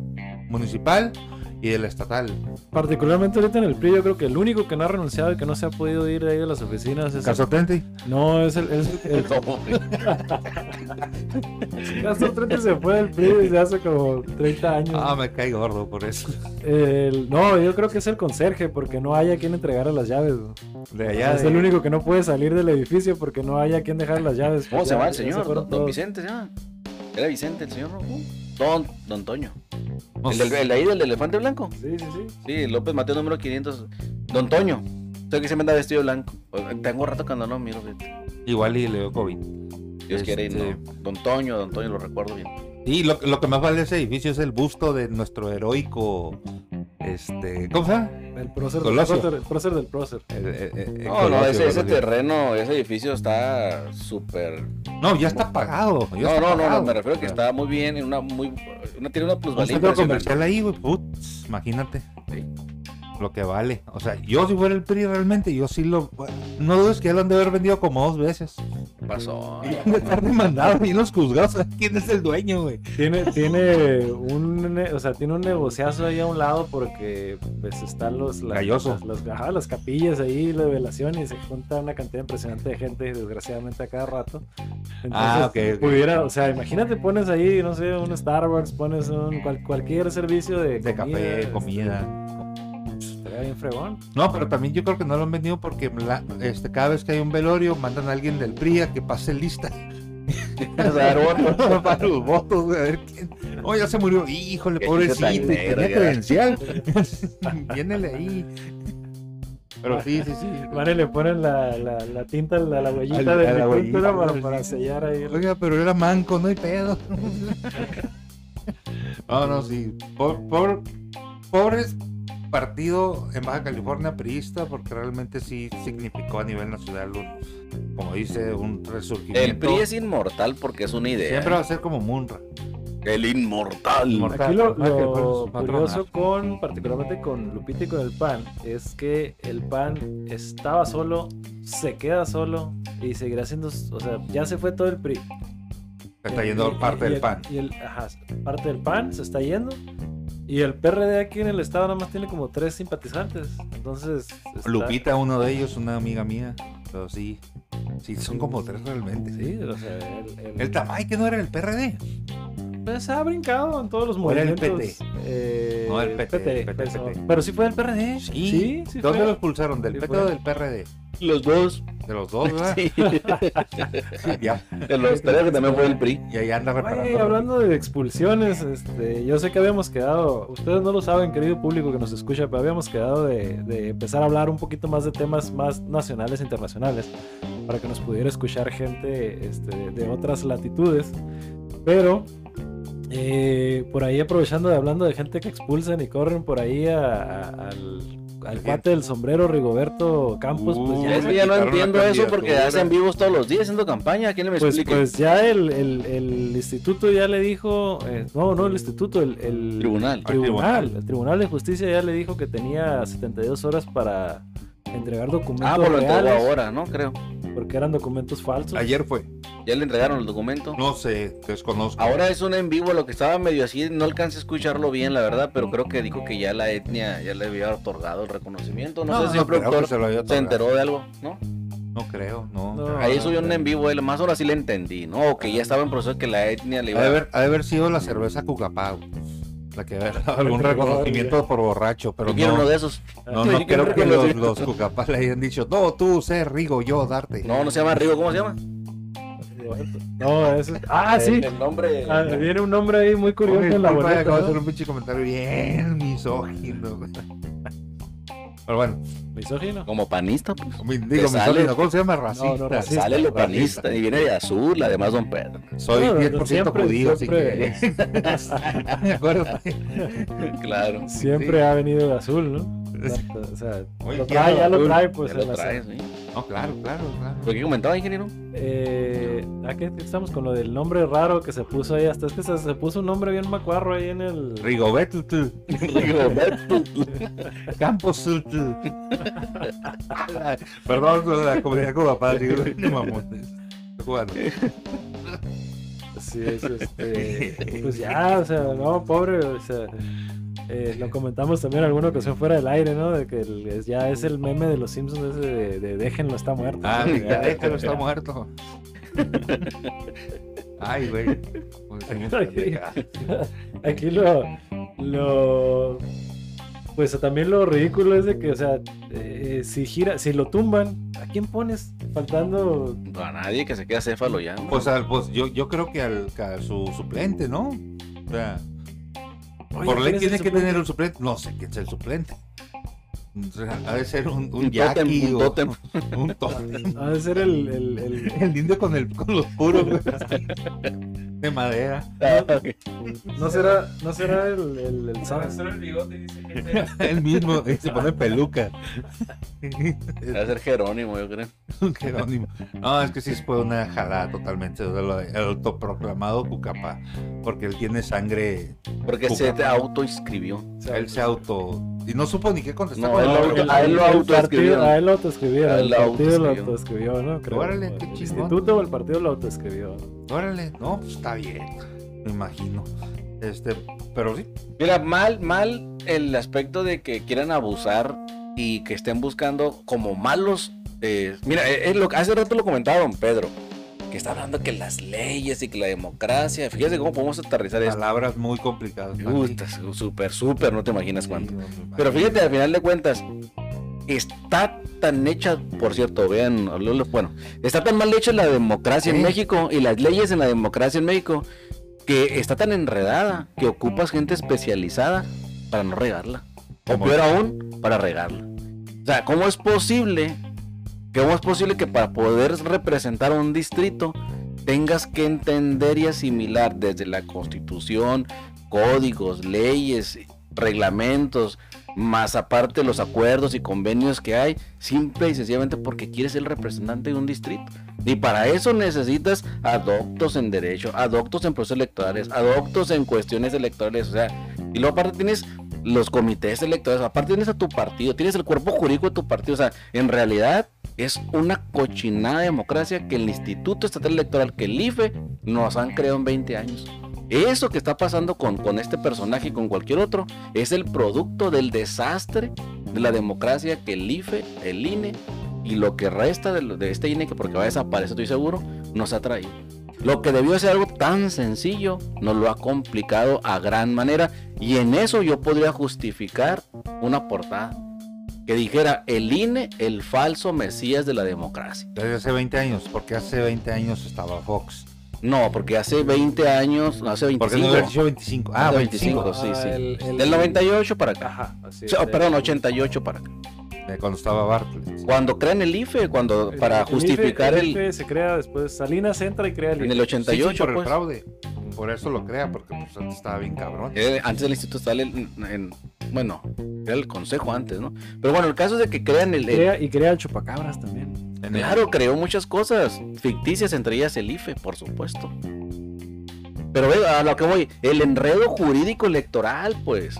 Speaker 1: municipal y del estatal.
Speaker 3: Particularmente ahorita en el PRI, yo creo que el único que no ha renunciado y que no se ha podido ir de ahí de las oficinas es...
Speaker 1: Caso Tente.
Speaker 3: No, es el...
Speaker 2: *laughs*
Speaker 3: Es el Castro Trente se fue del PRI desde hace como 30 años.
Speaker 1: Ah, me cae gordo por eso.
Speaker 3: El- no, yo creo que es el conserje, porque no hay a quien entregar las llaves. güey.
Speaker 1: De allá.
Speaker 3: es
Speaker 1: de-
Speaker 3: el único que no puede salir del edificio porque no hay a quien dejar las llaves.
Speaker 2: ¿Cómo
Speaker 3: pues
Speaker 2: se
Speaker 3: ya-
Speaker 2: llama el
Speaker 3: ya se
Speaker 2: señor?
Speaker 3: fueron
Speaker 2: Don, don
Speaker 3: todos.
Speaker 2: Vicente se llama. Era Vicente el señor, ¿no? Don, don Toño.
Speaker 1: no
Speaker 2: el,
Speaker 1: sé.
Speaker 2: del, el ahí del elefante blanco.
Speaker 3: Sí, sí, sí.
Speaker 2: Sí, López Mateo número 500. Don Toño. Sé que se me anda vestido de blanco. O- Tengo rato cuando no miro. fíjate.
Speaker 1: Igual y le dio COVID.
Speaker 2: Dios quiere.
Speaker 1: Este-
Speaker 2: No. Don Toño, Don Toño, lo recuerdo bien.
Speaker 1: Y lo, lo que más vale ese edificio es el busto de nuestro heroico. Este, ¿Cómo se llama?
Speaker 3: El prócer, del
Speaker 1: Colosio.
Speaker 3: prócer, el prócer del prócer.
Speaker 1: El- el- el- el
Speaker 2: No, no,
Speaker 1: Colosio,
Speaker 2: ese, ese
Speaker 1: Colosio.
Speaker 2: terreno, ese edificio está súper.
Speaker 1: No, ya está pagado. ya
Speaker 2: No,
Speaker 1: está
Speaker 2: no, no, no,
Speaker 1: pagado.
Speaker 2: me refiero que está muy bien, en una muy, una, tiene una
Speaker 1: Un
Speaker 2: plusvalía
Speaker 1: centro
Speaker 2: impresionante.
Speaker 1: comercial ahí, güey. Putz, imagínate.
Speaker 2: Sí.
Speaker 1: Lo que vale. O sea, yo si fuera el PRI realmente, yo sí lo. No dudes que ya lo han de haber vendido como dos veces. *laughs*
Speaker 2: Pasó.
Speaker 1: De estar demandado y en los juzgados. ¿Quién es el dueño, güey?
Speaker 3: Tiene, tiene un ne- o sea, tiene un negociazo ahí a un lado porque pues están los las,
Speaker 1: Galloso.
Speaker 3: las, las- ajá, las capillas ahí, la velación y se junta una cantidad impresionante de gente, desgraciadamente a cada rato. Entonces,
Speaker 1: Ah, ok, ok.
Speaker 3: pudiera, o sea, imagínate pones ahí, no sé, un Starbucks, pones un cual- cualquier servicio de,
Speaker 1: De café,
Speaker 3: este,
Speaker 1: comida.
Speaker 3: Estaría bien fregón.
Speaker 1: No, pero también yo creo que no lo han vendido porque la- este, cada vez que hay un velorio mandan a alguien del PRI a que pase lista. *laughs* para los votos, güey, a ver quién. Oh, ya se murió. Híjole,
Speaker 2: Qué
Speaker 1: pobrecito.
Speaker 2: chico tan
Speaker 1: y Tenía
Speaker 2: negro, ya.
Speaker 1: credencial. *laughs* Viénele ahí. Pero sí, sí, sí.
Speaker 3: Vale, le ponen la, la, la tinta, la, la huellita
Speaker 1: Al-
Speaker 3: de
Speaker 1: a la
Speaker 3: la
Speaker 1: huellita,
Speaker 3: pintura para,
Speaker 1: sí.
Speaker 3: para sellar ahí. el-
Speaker 1: Oiga, pero era manco, no hay pedo. *laughs* No, no, sí. Por, por- pobres partido en Baja California priista, porque realmente sí significó a nivel nacional un, como dice, un resurgimiento.
Speaker 2: El eh. PRI es inmortal porque es una idea.
Speaker 1: Siempre va a ser como Munra.
Speaker 2: El inmortal.
Speaker 1: Inmortal.
Speaker 3: Aquí lo,
Speaker 1: Ah, que
Speaker 3: lo
Speaker 1: fueron sus patronas.
Speaker 3: curioso con, particularmente con Lupita y con el PAN, es que el PAN estaba solo, se queda solo y seguirá siendo, o sea, ya se fue todo el PRI.
Speaker 1: Se Está
Speaker 3: Y-
Speaker 1: yendo
Speaker 3: y-
Speaker 1: parte
Speaker 3: y
Speaker 1: del
Speaker 3: el-
Speaker 1: pan.
Speaker 3: Y el, ajá, parte del PAN se está yendo. Y el PRD aquí en el estado nada más tiene como tres simpatizantes. Entonces, está-
Speaker 1: Lupita, uno de ellos, una amiga mía. Pero sí, sí, son como tres realmente.
Speaker 3: Sí, o sea, el, el-
Speaker 1: El Tamay, que no era el PRD.
Speaker 3: pues, ha brincado en todos los
Speaker 1: Era el
Speaker 3: movimientos. Eh,
Speaker 1: No, el PT, el PT.
Speaker 3: pero- Pero sí fue el PRD. sí, sí
Speaker 1: ¿Dónde
Speaker 3: fue.
Speaker 1: los pulsaron? ¿Del
Speaker 3: Sí
Speaker 1: PT
Speaker 3: fue.
Speaker 1: o del PRD?
Speaker 2: Los dos.
Speaker 1: De los dos, ¿verdad?
Speaker 2: *laughs* Sí.
Speaker 1: Ya,
Speaker 2: De los tres que también fue el PRI.
Speaker 1: y ahí anda
Speaker 3: Güey,
Speaker 1: reparando.
Speaker 3: hablando de expulsiones, este, yo sé que habíamos quedado, ustedes no lo saben, querido público que nos escucha, pero habíamos quedado de, de empezar a hablar un poquito más de temas más nacionales e internacionales, para que nos pudiera escuchar gente este, de- de otras latitudes. Pero eh, por ahí aprovechando de hablando de gente que expulsan y corren por ahí a- a- al, al cuate del sombrero Rigoberto Campos, pues
Speaker 2: Ya,
Speaker 3: ya,
Speaker 2: es que ya no
Speaker 1: quitaron la
Speaker 2: entiendo eso porque
Speaker 1: candidatura.
Speaker 2: hacen vivos todos los días haciendo campaña. ¿Quién me
Speaker 3: pues,
Speaker 2: explica?
Speaker 3: pues ya el, el- el instituto ya le dijo, eh, no, no el instituto, el, el
Speaker 2: Tribunal.
Speaker 1: Al tribunal.
Speaker 3: tribunal, el Tribunal de Justicia ya le dijo que tenía 72 horas para entregar documentos
Speaker 2: Ah, por lo entregó
Speaker 3: reales,
Speaker 2: ahora, ¿no? Creo.
Speaker 3: porque eran documentos falsos.
Speaker 1: Ayer fue.
Speaker 2: Ya le entregaron el documento.
Speaker 1: No sé, desconozco.
Speaker 2: Ahora es un en vivo, lo que estaba medio así, no alcancé a escucharlo bien, la verdad, pero creo que dijo que ya la etnia ya le había otorgado el reconocimiento. No, sé si el
Speaker 1: creo que
Speaker 2: productor
Speaker 1: se lo haya
Speaker 2: se
Speaker 1: otorgado.
Speaker 2: enteró de algo, ¿no?
Speaker 1: No creo, no.
Speaker 3: No.
Speaker 2: Ahí subió un en vivo, él más ahora sí le entendí, ¿no? O que ya estaba en proceso que la etnia le
Speaker 1: Ha
Speaker 2: iba
Speaker 1: de
Speaker 2: a
Speaker 1: haber, ha de haber sido la cerveza Cucapá, la que había dado algún
Speaker 3: Probable.
Speaker 1: reconocimiento por borracho, pero
Speaker 2: Yo quiero
Speaker 1: no,
Speaker 2: uno de esos.
Speaker 3: Ah,
Speaker 1: no,
Speaker 2: Yo
Speaker 1: no
Speaker 2: quiero
Speaker 1: creo que los,
Speaker 2: reconocimiento.
Speaker 1: los Cucapá le hayan dicho, no, tú, ser Rigo, yo, darte.
Speaker 2: No, no se llama Rigo, ¿cómo se llama?
Speaker 3: No, eso- Ah, sí.
Speaker 2: El nombre.
Speaker 3: Ah, viene un nombre ahí muy curioso
Speaker 1: Oye,
Speaker 3: en la
Speaker 1: disculpa, acabo
Speaker 3: boleta.
Speaker 1: de hacer
Speaker 3: ¿no?
Speaker 1: un pinche comentario bien misógino. güey. Pero bueno,
Speaker 3: Misógino.
Speaker 2: Como panista, pues.
Speaker 1: mi- digo,
Speaker 2: sale-
Speaker 1: misógino, ¿cómo se llama? Racista.
Speaker 3: No, no, racista.
Speaker 2: Sale lo panista y viene de azul, además Don Pedro.
Speaker 1: Soy
Speaker 3: Bueno,
Speaker 1: 10%
Speaker 3: siempre-
Speaker 1: judío, si
Speaker 3: siempre-
Speaker 1: quieres. *laughs* Acuérdate.
Speaker 2: *laughs* Claro.
Speaker 1: Sí.
Speaker 3: Siempre ha venido de azul, ¿no? Exacto, O sea,
Speaker 1: Oye,
Speaker 3: lo
Speaker 1: ya
Speaker 3: trae, ya lo
Speaker 1: azul,
Speaker 3: trae, pues.
Speaker 2: Ya
Speaker 3: en
Speaker 2: lo
Speaker 3: la
Speaker 2: traes,
Speaker 3: sangre.
Speaker 2: ¿sí?
Speaker 1: No,
Speaker 3: Mm.
Speaker 1: claro, claro, claro.
Speaker 2: ¿Por qué comentaba, ingeniero?
Speaker 3: Eh, ¿A qué estamos con lo del nombre raro que se puso ahí? Hasta es que se, se puso un nombre bien macuarro ahí en el.
Speaker 1: Rigoberto
Speaker 2: *laughs* Rigoberto.
Speaker 1: Campos.
Speaker 3: *laughs*
Speaker 1: Perdón, lo de la comunidad cubana, digo, no mamones. Cubano.
Speaker 3: Sí,
Speaker 1: *laughs*
Speaker 3: es este. Pues ya, o sea, no, pobre, o sea. eh, lo comentamos también en alguna ocasión fuera del aire, ¿no? De que el- es- ya es el meme de los Simpsons ese de, de déjenlo, está muerto.
Speaker 1: Ah,
Speaker 3: ¿no?
Speaker 1: mi
Speaker 3: Ya,
Speaker 1: teléfono está
Speaker 3: ya.
Speaker 1: muerto. Ay, güey. Pues, sí, me perdí.
Speaker 3: Aquí lo, lo. Pues también lo ridículo es de que, o sea, eh, si gira, si lo tumban, ¿a quién pones? Faltando.
Speaker 2: No, A nadie que se queda céfalo ya. ¿no?
Speaker 1: Pues, al- pues, yo, yo creo que al que a su suplente, ¿no? O sea,
Speaker 3: Oye,
Speaker 1: por
Speaker 3: ¿quién
Speaker 1: ley
Speaker 3: es
Speaker 1: tiene
Speaker 3: el
Speaker 1: que
Speaker 3: suplente?
Speaker 1: tener un suplente. No sé quién es el suplente. O sea, Ha de ser un, un,
Speaker 2: Un tótem,
Speaker 1: yaqui
Speaker 2: un
Speaker 1: o-
Speaker 2: *laughs* tótem.
Speaker 1: *laughs* un tótem.
Speaker 3: *laughs* Ha de ser el. el, el-
Speaker 1: El indio con, el, con los puros güey. de madera.
Speaker 3: no será, no será el, el, el Sam- *laughs*
Speaker 1: El mismo, y se pone peluca.
Speaker 2: Va a ser Jerónimo, yo creo.
Speaker 1: Un Jerónimo. No, es que sí fue una jalada totalmente de lo- el autoproclamado Cucapá, porque él tiene sangre,
Speaker 2: Porque se te autoinscribió.
Speaker 1: él se auto... Y no supo ni qué contestar.
Speaker 2: No,
Speaker 1: cuando
Speaker 2: él
Speaker 1: le
Speaker 2: lo-
Speaker 1: preguntaron.
Speaker 2: a él lo
Speaker 3: el
Speaker 2: autoescribieron.
Speaker 3: partido- A él lo autoescribieron.
Speaker 2: A él
Speaker 3: El
Speaker 2: lo
Speaker 3: partido lo
Speaker 2: autoescribió.
Speaker 3: autoescribió, ¿no? Creo.
Speaker 1: Órale, qué
Speaker 3: el
Speaker 1: chingón.
Speaker 3: instituto o el partido lo autoescribió.
Speaker 1: Órale, no, pues está bien, me imagino. Este, pero sí,
Speaker 2: Mira, mal, mal el aspecto de que quieran abusar y que estén buscando como malos. eh, mira, eh, eh, lo- hace rato lo comentaba don Pedro, que está hablando que las leyes y que la democracia. Fíjese cómo podemos aterrizar esto.
Speaker 1: palabras muy complicadas.
Speaker 2: Me
Speaker 1: Maki.
Speaker 2: gusta, súper, súper, no te imaginas
Speaker 1: Sí,
Speaker 2: cuánto.
Speaker 1: no, me
Speaker 2: Pero
Speaker 1: imagino.
Speaker 2: fíjate, al final de cuentas, está tan hecha, por cierto, vean, lo- lo- bueno, está tan mal hecha la democracia en
Speaker 1: Sí.
Speaker 2: México y las leyes en la democracia en México que está tan enredada que ocupas gente especializada para no regarla. O
Speaker 1: Como-
Speaker 2: peor aún, para regarla. O sea, ¿cómo es posible? ¿Cómo es posible que para poder representar un distrito tengas que entender y asimilar desde la constitución, códigos, leyes, reglamentos, más aparte los acuerdos y convenios que hay, simple y sencillamente porque quieres ser el representante de un distrito. Y para eso necesitas adoptos en derecho, adoptos en procesos electorales, adoptos en cuestiones electorales. O sea, y luego aparte tienes los comités electorales, aparte tienes a tu partido, tienes el cuerpo jurídico de tu partido. O sea, en realidad es una cochinada de democracia que el Instituto Estatal Electoral, que el IFE, nos han creado en 20 años. Eso que está pasando con, con este personaje y con cualquier otro es el producto del desastre de la democracia que el IFE, el INE y lo que resta de, lo- de este INE, que porque va a desaparecer, estoy seguro, nos ha traído. Lo que debió ser algo tan sencillo, nos lo ha complicado a gran manera. Y en eso yo podría justificar una portada que dijera el INE, el falso mesías de la democracia.
Speaker 1: Desde hace 20 años, porque hace 20 años estaba Fox.
Speaker 2: No, porque hace 20 años, no, hace
Speaker 1: Porque no hubiera
Speaker 2: 25.
Speaker 1: dicho 25. Ah, 25.
Speaker 2: 25, sí, sí.
Speaker 3: Ah, el- el-
Speaker 2: Del 98 para acá.
Speaker 3: Ajá, así
Speaker 2: O sea,
Speaker 3: es.
Speaker 2: perdón, 88 para acá.
Speaker 1: eh, Cuando estaba Bartlett.
Speaker 2: Cuando crean el IFE, cuando para
Speaker 3: El IFE-
Speaker 2: justificar
Speaker 3: IFE
Speaker 2: el
Speaker 3: se crea después. Salinas entra y crea el
Speaker 2: en
Speaker 3: IFE.
Speaker 1: Sí,
Speaker 2: el
Speaker 1: sí,
Speaker 2: 88
Speaker 1: por el
Speaker 2: pues.
Speaker 1: fraude. por eso lo crea, porque pues, antes estaba bien cabrón.
Speaker 2: Eh, Antes del Instituto Estatal, en- en- bueno, era el consejo antes, ¿no? Pero bueno, el caso es de que crean el. el-
Speaker 3: Crea- y crea el chupacabras también.
Speaker 1: En el-
Speaker 2: claro, creó muchas cosas ficticias, entre ellas el IFE, por supuesto. Pero ve, a lo que voy, el enredo jurídico electoral, pues.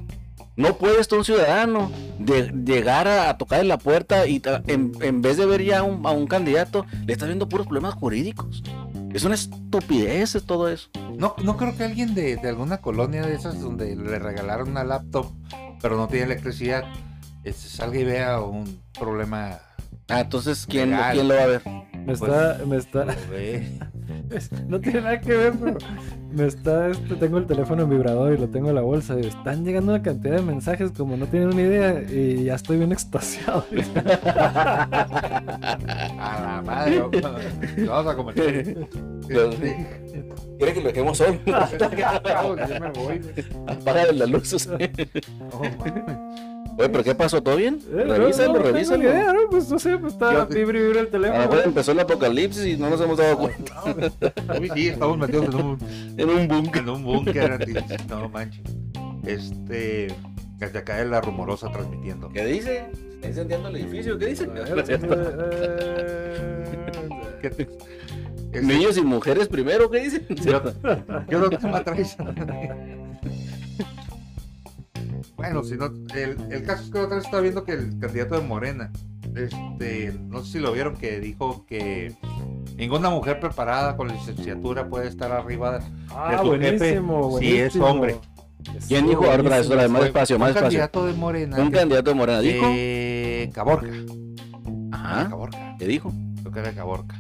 Speaker 2: No puedes tú, un ciudadano, de, llegar a, a tocar en la puerta y ta- en, en vez de ver ya a un, a un candidato, le estás viendo puros problemas jurídicos. Es una estupidez todo eso.
Speaker 1: No, no creo que alguien de, de alguna colonia de esas donde le regalaron una laptop, pero no tiene electricidad, este, salga y vea un problema.
Speaker 2: Ah, entonces, ¿quién,
Speaker 1: Legal.
Speaker 2: ¿quién lo va a ver?
Speaker 3: Me está, me está,
Speaker 1: Lo ve.
Speaker 3: *laughs* no tiene nada que ver, pero me está, este, tengo el teléfono en vibrador y lo tengo en la bolsa. y están llegando una cantidad de mensajes como no tienen una idea y ya estoy
Speaker 1: *laughs*
Speaker 3: bien extasiado.
Speaker 1: A la madre, vamos a- lo vamos a cometer. Este,
Speaker 2: ¿Quiere que lo dejemos hoy?
Speaker 1: chavos, yo me voy.
Speaker 2: *laughs* Apaga las *laughs* luces. Oye,
Speaker 1: No, mames.
Speaker 2: ¿pero qué pasó? ¿Todo bien?
Speaker 3: Eh,
Speaker 2: Revísalo,
Speaker 3: no, no tengo
Speaker 2: revísalo.
Speaker 3: ni idea, ¿no? Pues no sé, pues está
Speaker 1: Yo- Ah,
Speaker 3: libre vibra
Speaker 2: A
Speaker 3: el
Speaker 2: lo
Speaker 3: teléfono. pues,
Speaker 2: mejor pues, empezó el apocalipsis y no nos hemos dado cuenta.
Speaker 1: Uy, sí, estamos metidos en un,
Speaker 2: En un búnker.
Speaker 1: en un búnker. anti- *laughs* No manches. Este, desde acá es la rumorosa transmitiendo.
Speaker 2: ¿Qué dice? ¿Está incendiando el edificio? ¿Qué dice?
Speaker 3: A
Speaker 1: *laughs*
Speaker 3: ver,
Speaker 2: *laughs*
Speaker 3: eh,
Speaker 1: ¿Qué te- este,
Speaker 2: Niños y mujeres primero, ¿qué dicen?
Speaker 1: Yo, yo no te traes. bueno, si no, el, el caso es que otra vez estaba viendo que el candidato de Morena, este, no sé si lo vieron, que dijo que ninguna mujer preparada con licenciatura puede estar arriba.
Speaker 3: Ah,
Speaker 1: tu
Speaker 3: buenísimo, buenísimo.
Speaker 1: jefe, sí, es hombre.
Speaker 2: ¿Quién dijo?
Speaker 3: Estuvo
Speaker 2: Ahora,
Speaker 3: buenísimo.
Speaker 2: ahora, más espacio, más
Speaker 1: un
Speaker 2: espacio.
Speaker 1: candidato de Morena.
Speaker 2: Un
Speaker 1: que-
Speaker 2: candidato de Morena dijo. ¿Ah?
Speaker 1: eh, Caborca.
Speaker 2: Ajá.
Speaker 1: Caborca.
Speaker 2: ¿Qué dijo?
Speaker 1: Creo que era Caborca.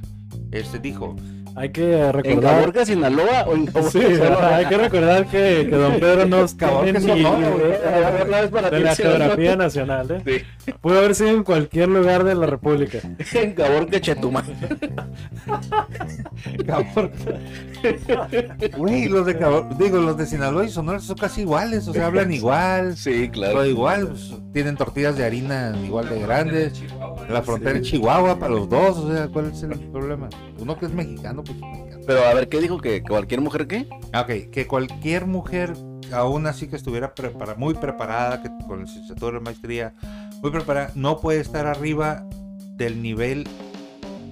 Speaker 1: Este dijo,
Speaker 3: Hay que
Speaker 2: ¿En
Speaker 3: recordar.
Speaker 2: Caborca, Sinaloa *laughs* o en Caborca?
Speaker 3: *laughs* Sí, hay que recordar que, que Don Pedro no es
Speaker 1: Cabrón,
Speaker 3: tiene
Speaker 1: que
Speaker 3: ni
Speaker 1: sí, no,
Speaker 3: idea
Speaker 1: güey.
Speaker 2: A ver, una vez para
Speaker 3: de
Speaker 2: ti,
Speaker 3: la
Speaker 2: sí, ¿no?
Speaker 3: geografía nacional, ¿eh? Pudo haber sido en cualquier lugar de la República.
Speaker 2: En Caborca, Chetumal.
Speaker 1: Caborca. Güey, los de Cabor- digo, los de Sinaloa y Sonora son casi iguales, o sea, hablan igual,
Speaker 2: Sí,
Speaker 1: todo
Speaker 2: claro.
Speaker 1: igual, pues, tienen tortillas de harina igual de grandes, la frontera de Chihuahua para los dos, o sea, ¿cuál es el problema? Uno que es mexicano, pues es mexicano.
Speaker 2: Pero a ver, ¿qué dijo? ¿Que cualquier mujer qué?
Speaker 1: Ah, Ok, que cualquier mujer, aún así que estuviera prepara- muy preparada, que con licenciatura, maestría, muy preparada, no puede estar arriba del nivel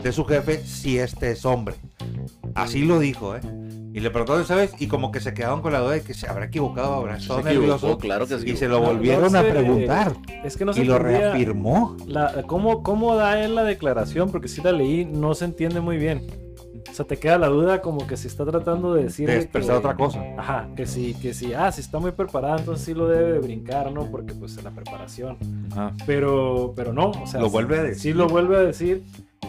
Speaker 1: de su jefe si este es hombre. Así lo dijo, ¿eh? Y le preguntaron, ¿sabes? Y como que se quedaron con la duda de que se habrá equivocado, habrá
Speaker 2: Se
Speaker 1: estado nervioso.
Speaker 2: equivocó, claro que sí.
Speaker 1: Y se lo
Speaker 3: No,
Speaker 1: volvieron
Speaker 3: no
Speaker 1: a
Speaker 3: sé,
Speaker 1: preguntar
Speaker 3: Es que no se
Speaker 1: y lo
Speaker 3: entendía
Speaker 1: reafirmó.
Speaker 3: la- ¿cómo, ¿Cómo da él la declaración? Porque si la leí, no se entiende muy bien. O sea, te queda la duda como que si está tratando de decir.
Speaker 1: De expresar otra cosa.
Speaker 3: Ajá, que sí, que sí. Ah, si está muy preparada, entonces sí lo debe de brincar, ¿no? Porque pues en la preparación. Pero, pero no, o sea,
Speaker 1: Lo
Speaker 3: sí-
Speaker 1: vuelve a
Speaker 3: sí
Speaker 1: decir.
Speaker 3: lo vuelve a decir.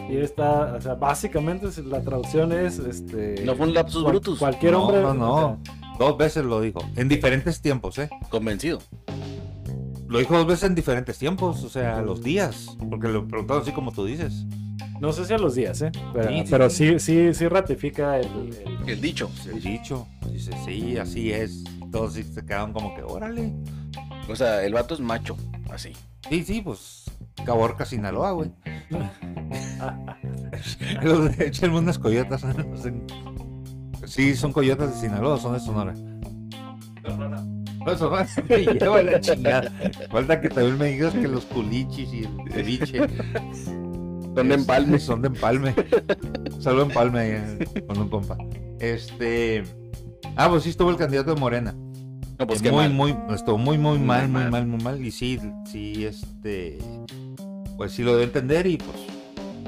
Speaker 3: Y está, o sea, básicamente es- la traducción es, este...
Speaker 2: No fue un lapsus
Speaker 3: cual-
Speaker 2: brutus.
Speaker 3: Cualquier
Speaker 1: No,
Speaker 3: hombre...
Speaker 1: no, no. Dos veces lo dijo. En diferentes tiempos, ¿eh?
Speaker 2: Convencido.
Speaker 1: Lo dijo dos veces en diferentes tiempos, o sea, los días. Porque lo preguntaron así como tú dices.
Speaker 3: No sé si a los días, ¿eh? Pero
Speaker 1: Sí, sí,
Speaker 3: pero
Speaker 1: sí.
Speaker 3: sí, sí, sí ratifica el... el-
Speaker 2: El dicho.
Speaker 1: el dicho. Dice, sí, así es. Y Todos sí se quedaron como que, órale.
Speaker 2: O sea, el vato es macho. Así.
Speaker 1: Sí, sí, pues Caborca, Sinaloa, güey. *laughs* Los de- Échenme unas coyotas. no sé. Sí, son coyotas de Sinaloa, son de Sonora. No, *laughs* Sonora se me lleva la chingada. Falta que también me digas que los culichis y el ceviche
Speaker 2: Son de empalme.
Speaker 1: Son de empalme. Salvo empalme ahí, eh, con un compa. Este. Ah, pues sí estuvo el candidato de Morena.
Speaker 2: No, pues qué
Speaker 1: muy,
Speaker 2: mal.
Speaker 1: muy, estuvo muy, muy
Speaker 2: Muy
Speaker 1: mal, muy
Speaker 2: mal.
Speaker 1: mal, muy mal. Y sí, sí, este. Pues sí lo debe entender y pues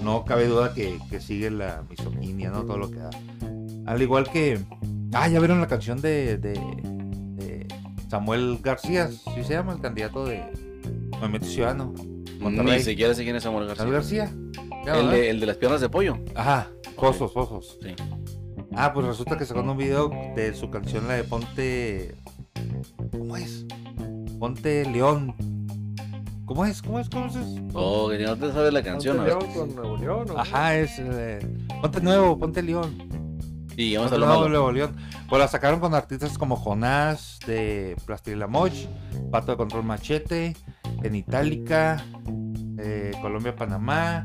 Speaker 1: no cabe duda que, que sigue la misoginia, ¿no? Todo lo que da. Al igual que. Ah, ya vieron la canción de, de, de Samuel García, sí se llama, el candidato de Movimiento Ciudadano. Monterrey.
Speaker 2: Ni siquiera sé quién es Samuel García.
Speaker 1: Samuel García. Ya,
Speaker 2: El
Speaker 1: ¿verdad?
Speaker 2: de, el de las piernas de pollo.
Speaker 1: Ajá, osos, osos.
Speaker 2: Sí.
Speaker 1: Ah, pues resulta que sacó un video de su canción, la de Ponte. ¿Cómo es? Ponte León. ¿Cómo es? ¿Cómo es? ¿Cómo es?
Speaker 2: Oh, que no te sabes la canción.
Speaker 3: ¿Ponte
Speaker 2: a ver.
Speaker 3: León con Nuevo León, ¿o?
Speaker 1: Ajá, es. eh, ponte nuevo, ponte León.
Speaker 2: Y vamos a
Speaker 1: Ponte
Speaker 2: lo
Speaker 1: nuevo,
Speaker 2: malo.
Speaker 1: Nuevo León. Pues la sacaron con artistas como Jonás de Plastilina Moch, Pato de Control Machete, en Itálica, eh, Colombia Panamá,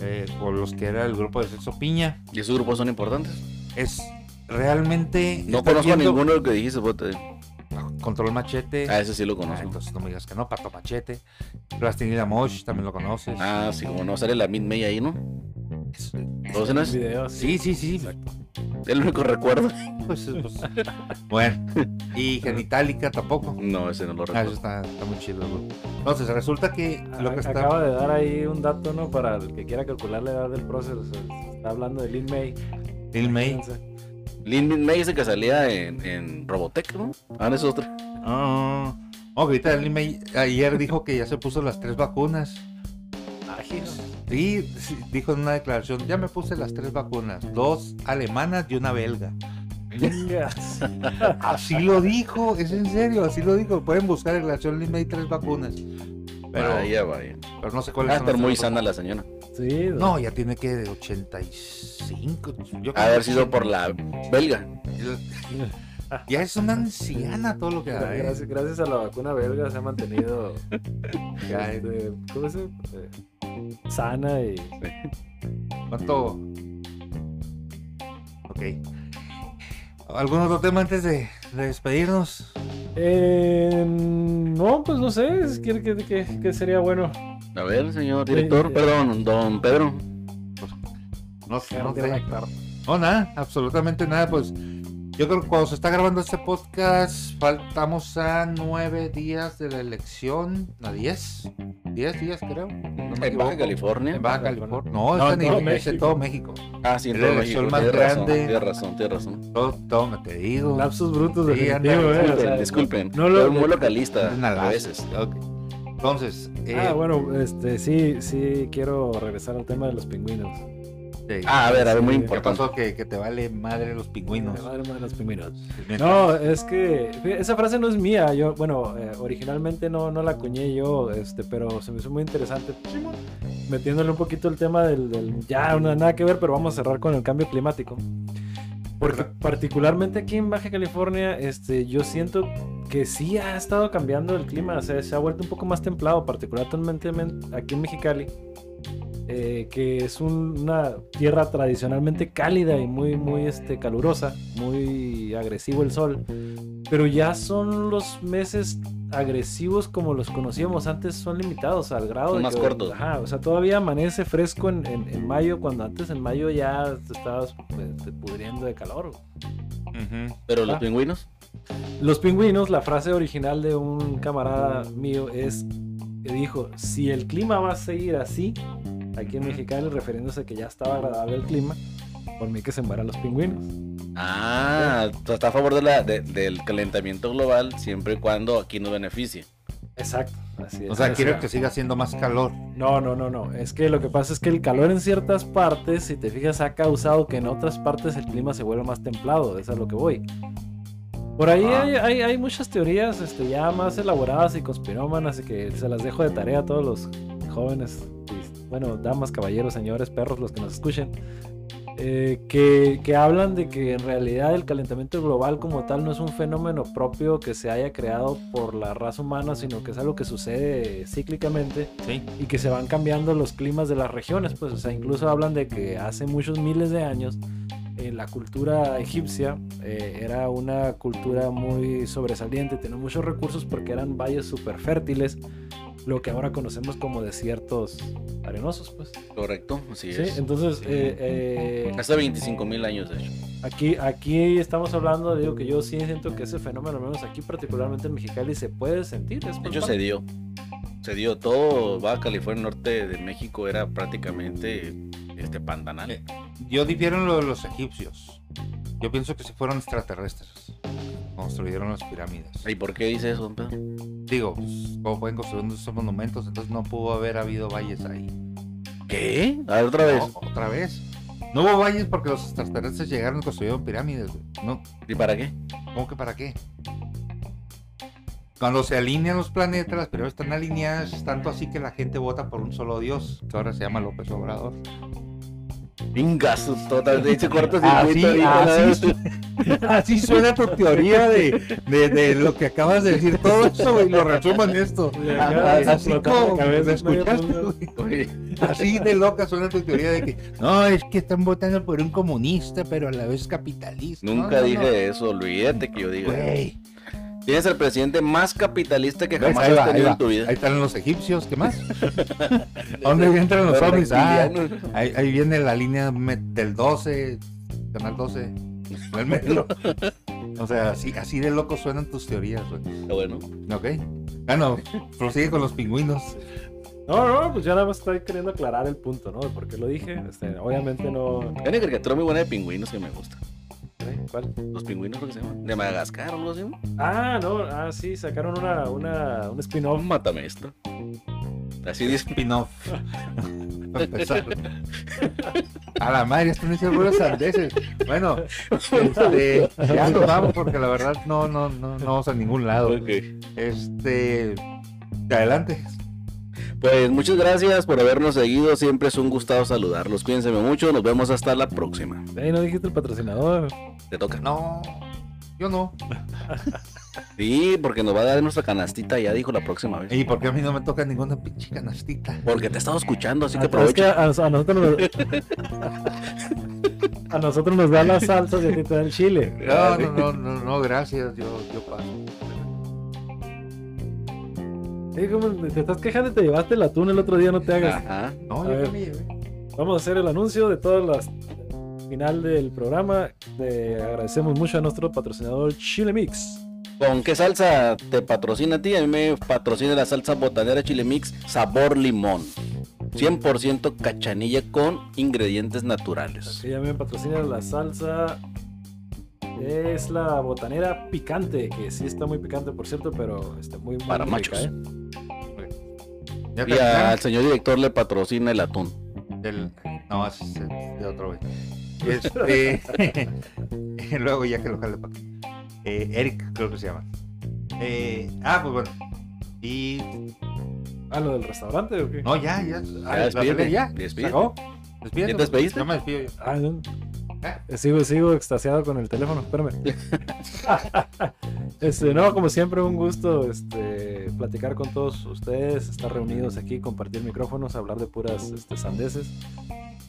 Speaker 1: eh, con los que era el grupo de Sexo Piña.
Speaker 2: ¿Y esos grupos son importantes?
Speaker 1: es realmente.
Speaker 2: No
Speaker 1: estás
Speaker 2: conozco a
Speaker 1: viendo-
Speaker 2: ninguno de los que dijiste, bote.
Speaker 1: Control Machete.
Speaker 2: Ah, ese sí lo
Speaker 1: Ah,
Speaker 2: conozco.
Speaker 1: entonces no me digas que no, Pato Machete. Plastilina Mosh, también lo conoces.
Speaker 2: Ah, sí, como no, sale la Mid May ahí, ¿no? ¿Todo no
Speaker 3: Un
Speaker 2: es?
Speaker 3: video, sí.
Speaker 1: Pues, Sí, sí, sí.
Speaker 2: El único recuerdo.
Speaker 1: Pues, pues,
Speaker 2: *laughs*
Speaker 1: bueno, y Genitalica tampoco.
Speaker 2: No, ese no lo
Speaker 1: Ah, eso
Speaker 2: recuerdo.
Speaker 1: está, está muy chido. güey. Entonces, resulta que lo
Speaker 3: A-
Speaker 1: que está.
Speaker 3: Acaba de dar ahí un dato, ¿no? Para el que quiera calcular la edad del proceso. Está hablando de Lin May.
Speaker 1: Lil May.
Speaker 3: Entonces,
Speaker 2: Lin Mid May es el que salía en, en Robotech, ¿no? Ah, no, es otro.
Speaker 1: Ah, no, ahorita Lil May ayer dijo que ya se puso las tres vacunas. Y sí, dijo en una declaración: Ya me puse las tres vacunas, dos alemanas y una belga.
Speaker 3: chingas.
Speaker 1: Así lo dijo, es en serio, así lo dijo. Pueden buscar en relación Lil May tres vacunas. Pero,
Speaker 2: Vaya, vaya.
Speaker 1: pero no sé
Speaker 2: Ah, Va
Speaker 1: cuál
Speaker 2: a
Speaker 1: es.
Speaker 2: estar muy sana la señora.
Speaker 3: Sí,
Speaker 1: *laughs* No, ya tiene que de 85. Yo creo
Speaker 2: Haber
Speaker 1: que
Speaker 2: sido por la belga.
Speaker 1: *laughs* Ya es una anciana todo lo que da. ¿eh?
Speaker 3: Gracias, gracias a la vacuna belga se
Speaker 1: *laughs*
Speaker 3: ha mantenido
Speaker 1: Ya, eh,
Speaker 3: este, ¿cómo se dice? Eh, sana y
Speaker 1: ¿Cuánto? Ok. ¿Algún otro tema antes de, de despedirnos?
Speaker 3: Eh, no, pues no sé, es que, que, que- que sería bueno.
Speaker 2: A ver, señor director,
Speaker 3: Sí.
Speaker 2: perdón, don Pedro.
Speaker 1: No sé, no
Speaker 3: Quiero
Speaker 1: sé.
Speaker 3: conectar.
Speaker 1: No, nada, absolutamente nada. Pues yo creo que cuando se está grabando este podcast, faltamos a nueve días de la elección, a diez, diez días creo. No me
Speaker 2: En Baja
Speaker 1: equivoco.
Speaker 2: California.
Speaker 1: En Baja California. No,
Speaker 2: No,
Speaker 1: está
Speaker 2: en
Speaker 1: en
Speaker 2: todo
Speaker 1: México, es en todo México.
Speaker 2: Ah, sí, en
Speaker 1: La
Speaker 2: todo
Speaker 1: elección
Speaker 2: México.
Speaker 1: más
Speaker 2: Tienes razón,
Speaker 1: grande.
Speaker 2: tienes razón, tienes razón.
Speaker 1: Todo, todo me te digo.
Speaker 3: Lapsus brutos
Speaker 1: Sí,
Speaker 3: definitivo,
Speaker 1: anda,
Speaker 3: eh, o
Speaker 2: Disculpen,
Speaker 3: sea,
Speaker 2: disculpen.
Speaker 3: no lo-
Speaker 2: soy muy localista
Speaker 1: Es una
Speaker 2: a
Speaker 1: lástima.
Speaker 2: veces.
Speaker 1: Ok. Entonces, eh,
Speaker 3: Ah, bueno, este, sí, sí quiero regresar al tema de los pingüinos.
Speaker 1: eh,
Speaker 2: Ah, a ver, a ver, muy
Speaker 3: Sí.
Speaker 1: ¿qué
Speaker 2: importante.
Speaker 1: pasó? Que, que te vale madre los pingüinos.
Speaker 3: Me vale madre los pingüinos.
Speaker 1: Mientras-
Speaker 3: No, es que fí- esa frase no es mía. Yo, bueno, eh, originalmente no, no la acuñé yo, este, pero se me hizo muy interesante. Metiéndole un poquito el tema del, del- ya no, nada que ver, pero vamos a cerrar con el cambio climático. Porque particularmente aquí en Baja California, este, yo siento que sí ha estado cambiando el clima, o sea, se ha vuelto un poco más templado, particularmente men- aquí en Mexicali, eh, que es un- una tierra tradicionalmente cálida y muy, muy este, calurosa, muy agresivo el sol, pero ya son los meses agresivos como los conocíamos antes, son limitados al grado
Speaker 2: Son
Speaker 3: de
Speaker 2: más
Speaker 3: que-
Speaker 2: cortos.
Speaker 3: Ajá, o sea, todavía amanece fresco en, en- en mayo, cuando antes en mayo ya te estabas pues, te pudriendo de calor. güey.
Speaker 1: Ujú.
Speaker 2: Pero los
Speaker 3: Ah.
Speaker 2: pingüinos,
Speaker 3: Los pingüinos, la frase original de un camarada mío es que dijo, si el clima va a seguir así, aquí en Mexicali, refiriéndose a que ya estaba agradable el clima, por mí que se mueran los pingüinos.
Speaker 2: ah, está a favor de la, de- del calentamiento global siempre y cuando aquí nos beneficie.
Speaker 3: Exacto, así es.
Speaker 1: O sea, quiero que siga haciendo más calor.
Speaker 3: No, no, no, no. Es que lo que pasa es que el calor en ciertas partes, si te fijas, ha causado que en otras partes el clima se vuelva más templado. Eso es a lo que voy. Por ahí
Speaker 1: Ah.
Speaker 3: hay, hay- hay muchas teorías este, ya más elaboradas y conspirómanas, así que se las dejo de tarea a todos los jóvenes, y, bueno, damas, caballeros, señores, perros, los que nos escuchen, eh, que, que hablan de que en realidad el calentamiento global como tal no es un fenómeno propio que se haya creado por la raza humana, sino que es algo que sucede cíclicamente
Speaker 1: Sí.
Speaker 3: y que se van cambiando los climas de las regiones, pues, o sea, incluso hablan de que hace muchos miles de años eh, la cultura egipcia eh, era una cultura muy sobresaliente, tenía muchos recursos porque eran valles súper fértiles, lo que ahora conocemos como desiertos arenosos, pues.
Speaker 2: Correcto, así
Speaker 3: Sí,
Speaker 2: es.
Speaker 3: entonces eh, eh,
Speaker 2: Hace 25 mil años, de hecho.
Speaker 3: aquí, aquí estamos hablando, digo que yo sí siento que ese fenómeno, al menos aquí particularmente en Mexicali, se puede sentir. es
Speaker 2: De
Speaker 3: por
Speaker 2: hecho,
Speaker 3: parte-
Speaker 2: se dio. Se dio todo. Baja California, norte de México, era prácticamente este pantanal.
Speaker 1: Eh, Yo difiero en lo de los egipcios. Yo pienso que si fueron extraterrestres, construyeron las pirámides.
Speaker 2: ¿Y por qué dice eso, don Pedro?
Speaker 1: Digo, pues, ¿cómo pueden construir esos monumentos? Entonces no pudo haber habido valles ahí.
Speaker 2: ¿Qué? A ver, otra vez.
Speaker 1: No, otra vez. No hubo valles porque los extraterrestres llegaron y construyeron pirámides, güey. No,
Speaker 2: ¿Y para qué?
Speaker 1: ¿Cómo que para qué? Cuando se alinean los planetas, las pirámides están alineadas, tanto así que la gente vota por un solo dios, que ahora se llama López Obrador.
Speaker 2: Pingas, totalmente. Ese corto
Speaker 1: Así,
Speaker 3: Ah,
Speaker 2: circuito ahí, ¿verdad?
Speaker 1: así, su- ah, así suena tu teoría de, de- de lo que acabas de decir. Todo eso, güey, lo resumo en esto.
Speaker 3: Le
Speaker 1: A-
Speaker 3: acaba de
Speaker 1: a- Así
Speaker 3: explotar la
Speaker 1: como me
Speaker 3: cabeza,
Speaker 1: escuchaste,
Speaker 3: medio mundo.
Speaker 1: güey.
Speaker 2: Oye,
Speaker 1: Así de loca suena tu teoría de que no, es que están votando por un comunista, pero a la vez capitalista. No,
Speaker 2: Nunca
Speaker 1: no,
Speaker 2: dije
Speaker 1: no.
Speaker 2: eso, olvídate que yo diga.
Speaker 1: Güey,
Speaker 2: Tienes el presidente más capitalista que
Speaker 1: ¿ves?
Speaker 2: jamás
Speaker 1: ahí,
Speaker 2: has
Speaker 1: va, ahí,
Speaker 2: tenido
Speaker 1: va.
Speaker 2: en tu vida.
Speaker 1: ahí están los egipcios, ¿qué más? ¿A dónde entran los hombres? Ah,
Speaker 2: Reptiliano.
Speaker 1: ahí, ahí viene la línea me- del 12, canal 12, del metro. O sea, así, así de loco suenan tus teorías, güey.
Speaker 2: Pero bueno,
Speaker 1: Ok. Ah, no, prosigue con los pingüinos.
Speaker 3: No, no, pues ya nada más estoy queriendo aclarar el punto, ¿no? De por qué lo dije. Este, obviamente no. ¿Eh?
Speaker 2: hay una caricatura muy buena de pingüinos que me gusta.
Speaker 3: ¿Cuál?
Speaker 2: Los pingüinos, creo que se llaman. De Madagascar o algo así. ¿no?
Speaker 3: Ah, no, ah, sí, sacaron una, una, un
Speaker 2: No,
Speaker 3: spin-off.
Speaker 2: mátame esto. Así dice.
Speaker 1: Spin-off. Para empezar. A la madre, esto no es algunos sandeces. Bueno, este, ya nos vamos porque la verdad no, no, no, no vamos a ningún lado.
Speaker 2: Ok.
Speaker 1: Este, adelante.
Speaker 2: Pues muchas gracias por habernos seguido. Siempre es un gustado saludarlos. Cuídense mucho. Nos vemos hasta la próxima.
Speaker 3: Ahí no dijiste el patrocinador.
Speaker 2: Te toca.
Speaker 1: No, yo no.
Speaker 2: Sí, porque nos va a dar nuestra canastita. Ya dijo la próxima vez.
Speaker 1: ¿Y por qué a mí no me toca ninguna pinche canastita?
Speaker 2: Porque te he estado escuchando, así que
Speaker 3: Ah, pero es que
Speaker 2: aprovecha.
Speaker 3: a, nos- a nosotros nos. a nosotros nos dan las salsas y a ti te dan chile.
Speaker 1: No, no, no, no, no, gracias, yo, yo paso.
Speaker 3: Sí, como te estás quejando y te llevaste el atún el otro día, no te hagas.
Speaker 2: Ajá.
Speaker 1: No,
Speaker 3: A
Speaker 1: yo
Speaker 3: ver.
Speaker 1: me llevé.
Speaker 3: Vamos a hacer el anuncio de todas las final del programa. Le agradecemos mucho a nuestro patrocinador Chile Mix.
Speaker 2: ¿Con qué salsa te patrocina a ti? A mí me patrocina la salsa botanera Chile Mix sabor limón. 100% cachanilla con ingredientes naturales.
Speaker 3: Ella me patrocina la salsa. Es la botanera picante, que sí está muy picante, por cierto, pero está muy, muy
Speaker 2: Para
Speaker 3: rica,
Speaker 2: machos.
Speaker 3: ¿eh?
Speaker 1: Ya
Speaker 2: Y
Speaker 1: terminaron.
Speaker 2: al señor director le patrocina el atún.
Speaker 1: Del... No, ese es el- de otro
Speaker 2: *laughs*
Speaker 1: güey. Este... *laughs* Luego ya que lo jale para aquí. Eh, Eric, creo que se llama. Eh, ah, pues bueno. Y...
Speaker 3: Ah, lo del restaurante o qué?
Speaker 1: No, ya, ya. Ah, la
Speaker 2: despídete,
Speaker 1: pelea ya.
Speaker 2: despídete.
Speaker 1: ¿Se acabó? Despídete,
Speaker 2: ¿Ya te
Speaker 1: pues.
Speaker 2: despediste?
Speaker 1: No me despido yo.
Speaker 3: Ah, no.
Speaker 1: Ah.
Speaker 3: Eh, Sigo, sigo extasiado con el teléfono, espérame. este, no, como siempre, un gusto este, platicar con todos ustedes, estar reunidos aquí, compartir micrófonos, hablar de puras este, sandeces.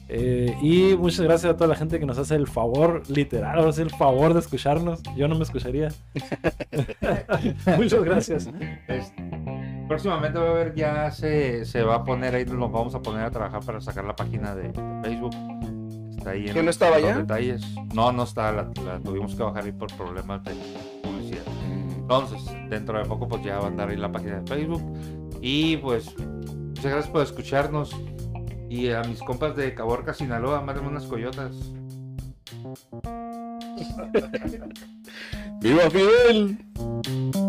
Speaker 3: Eh, y muchas gracias a toda la gente que nos hace el favor, literal, ahora sí, el favor de escucharnos. Yo no me escucharía. *laughs* muchas gracias.
Speaker 1: Es- Este, Próximamente va a haber, ya se, se va a poner ahí, nos vamos a poner a trabajar para sacar la página de Facebook. Está ahí en
Speaker 2: ¿Que no estaba
Speaker 1: los
Speaker 2: ya?
Speaker 1: detalles. No, no está, la, la tuvimos que bajar ahí por problemas de publicidad. Entonces, dentro de poco pues ya va a andar ahí la página de Facebook. Y pues, muchas gracias por escucharnos. Y a mis compas de Caborca, Sinaloa, mándenme unas coyotas.
Speaker 2: ¡Viva Fidel!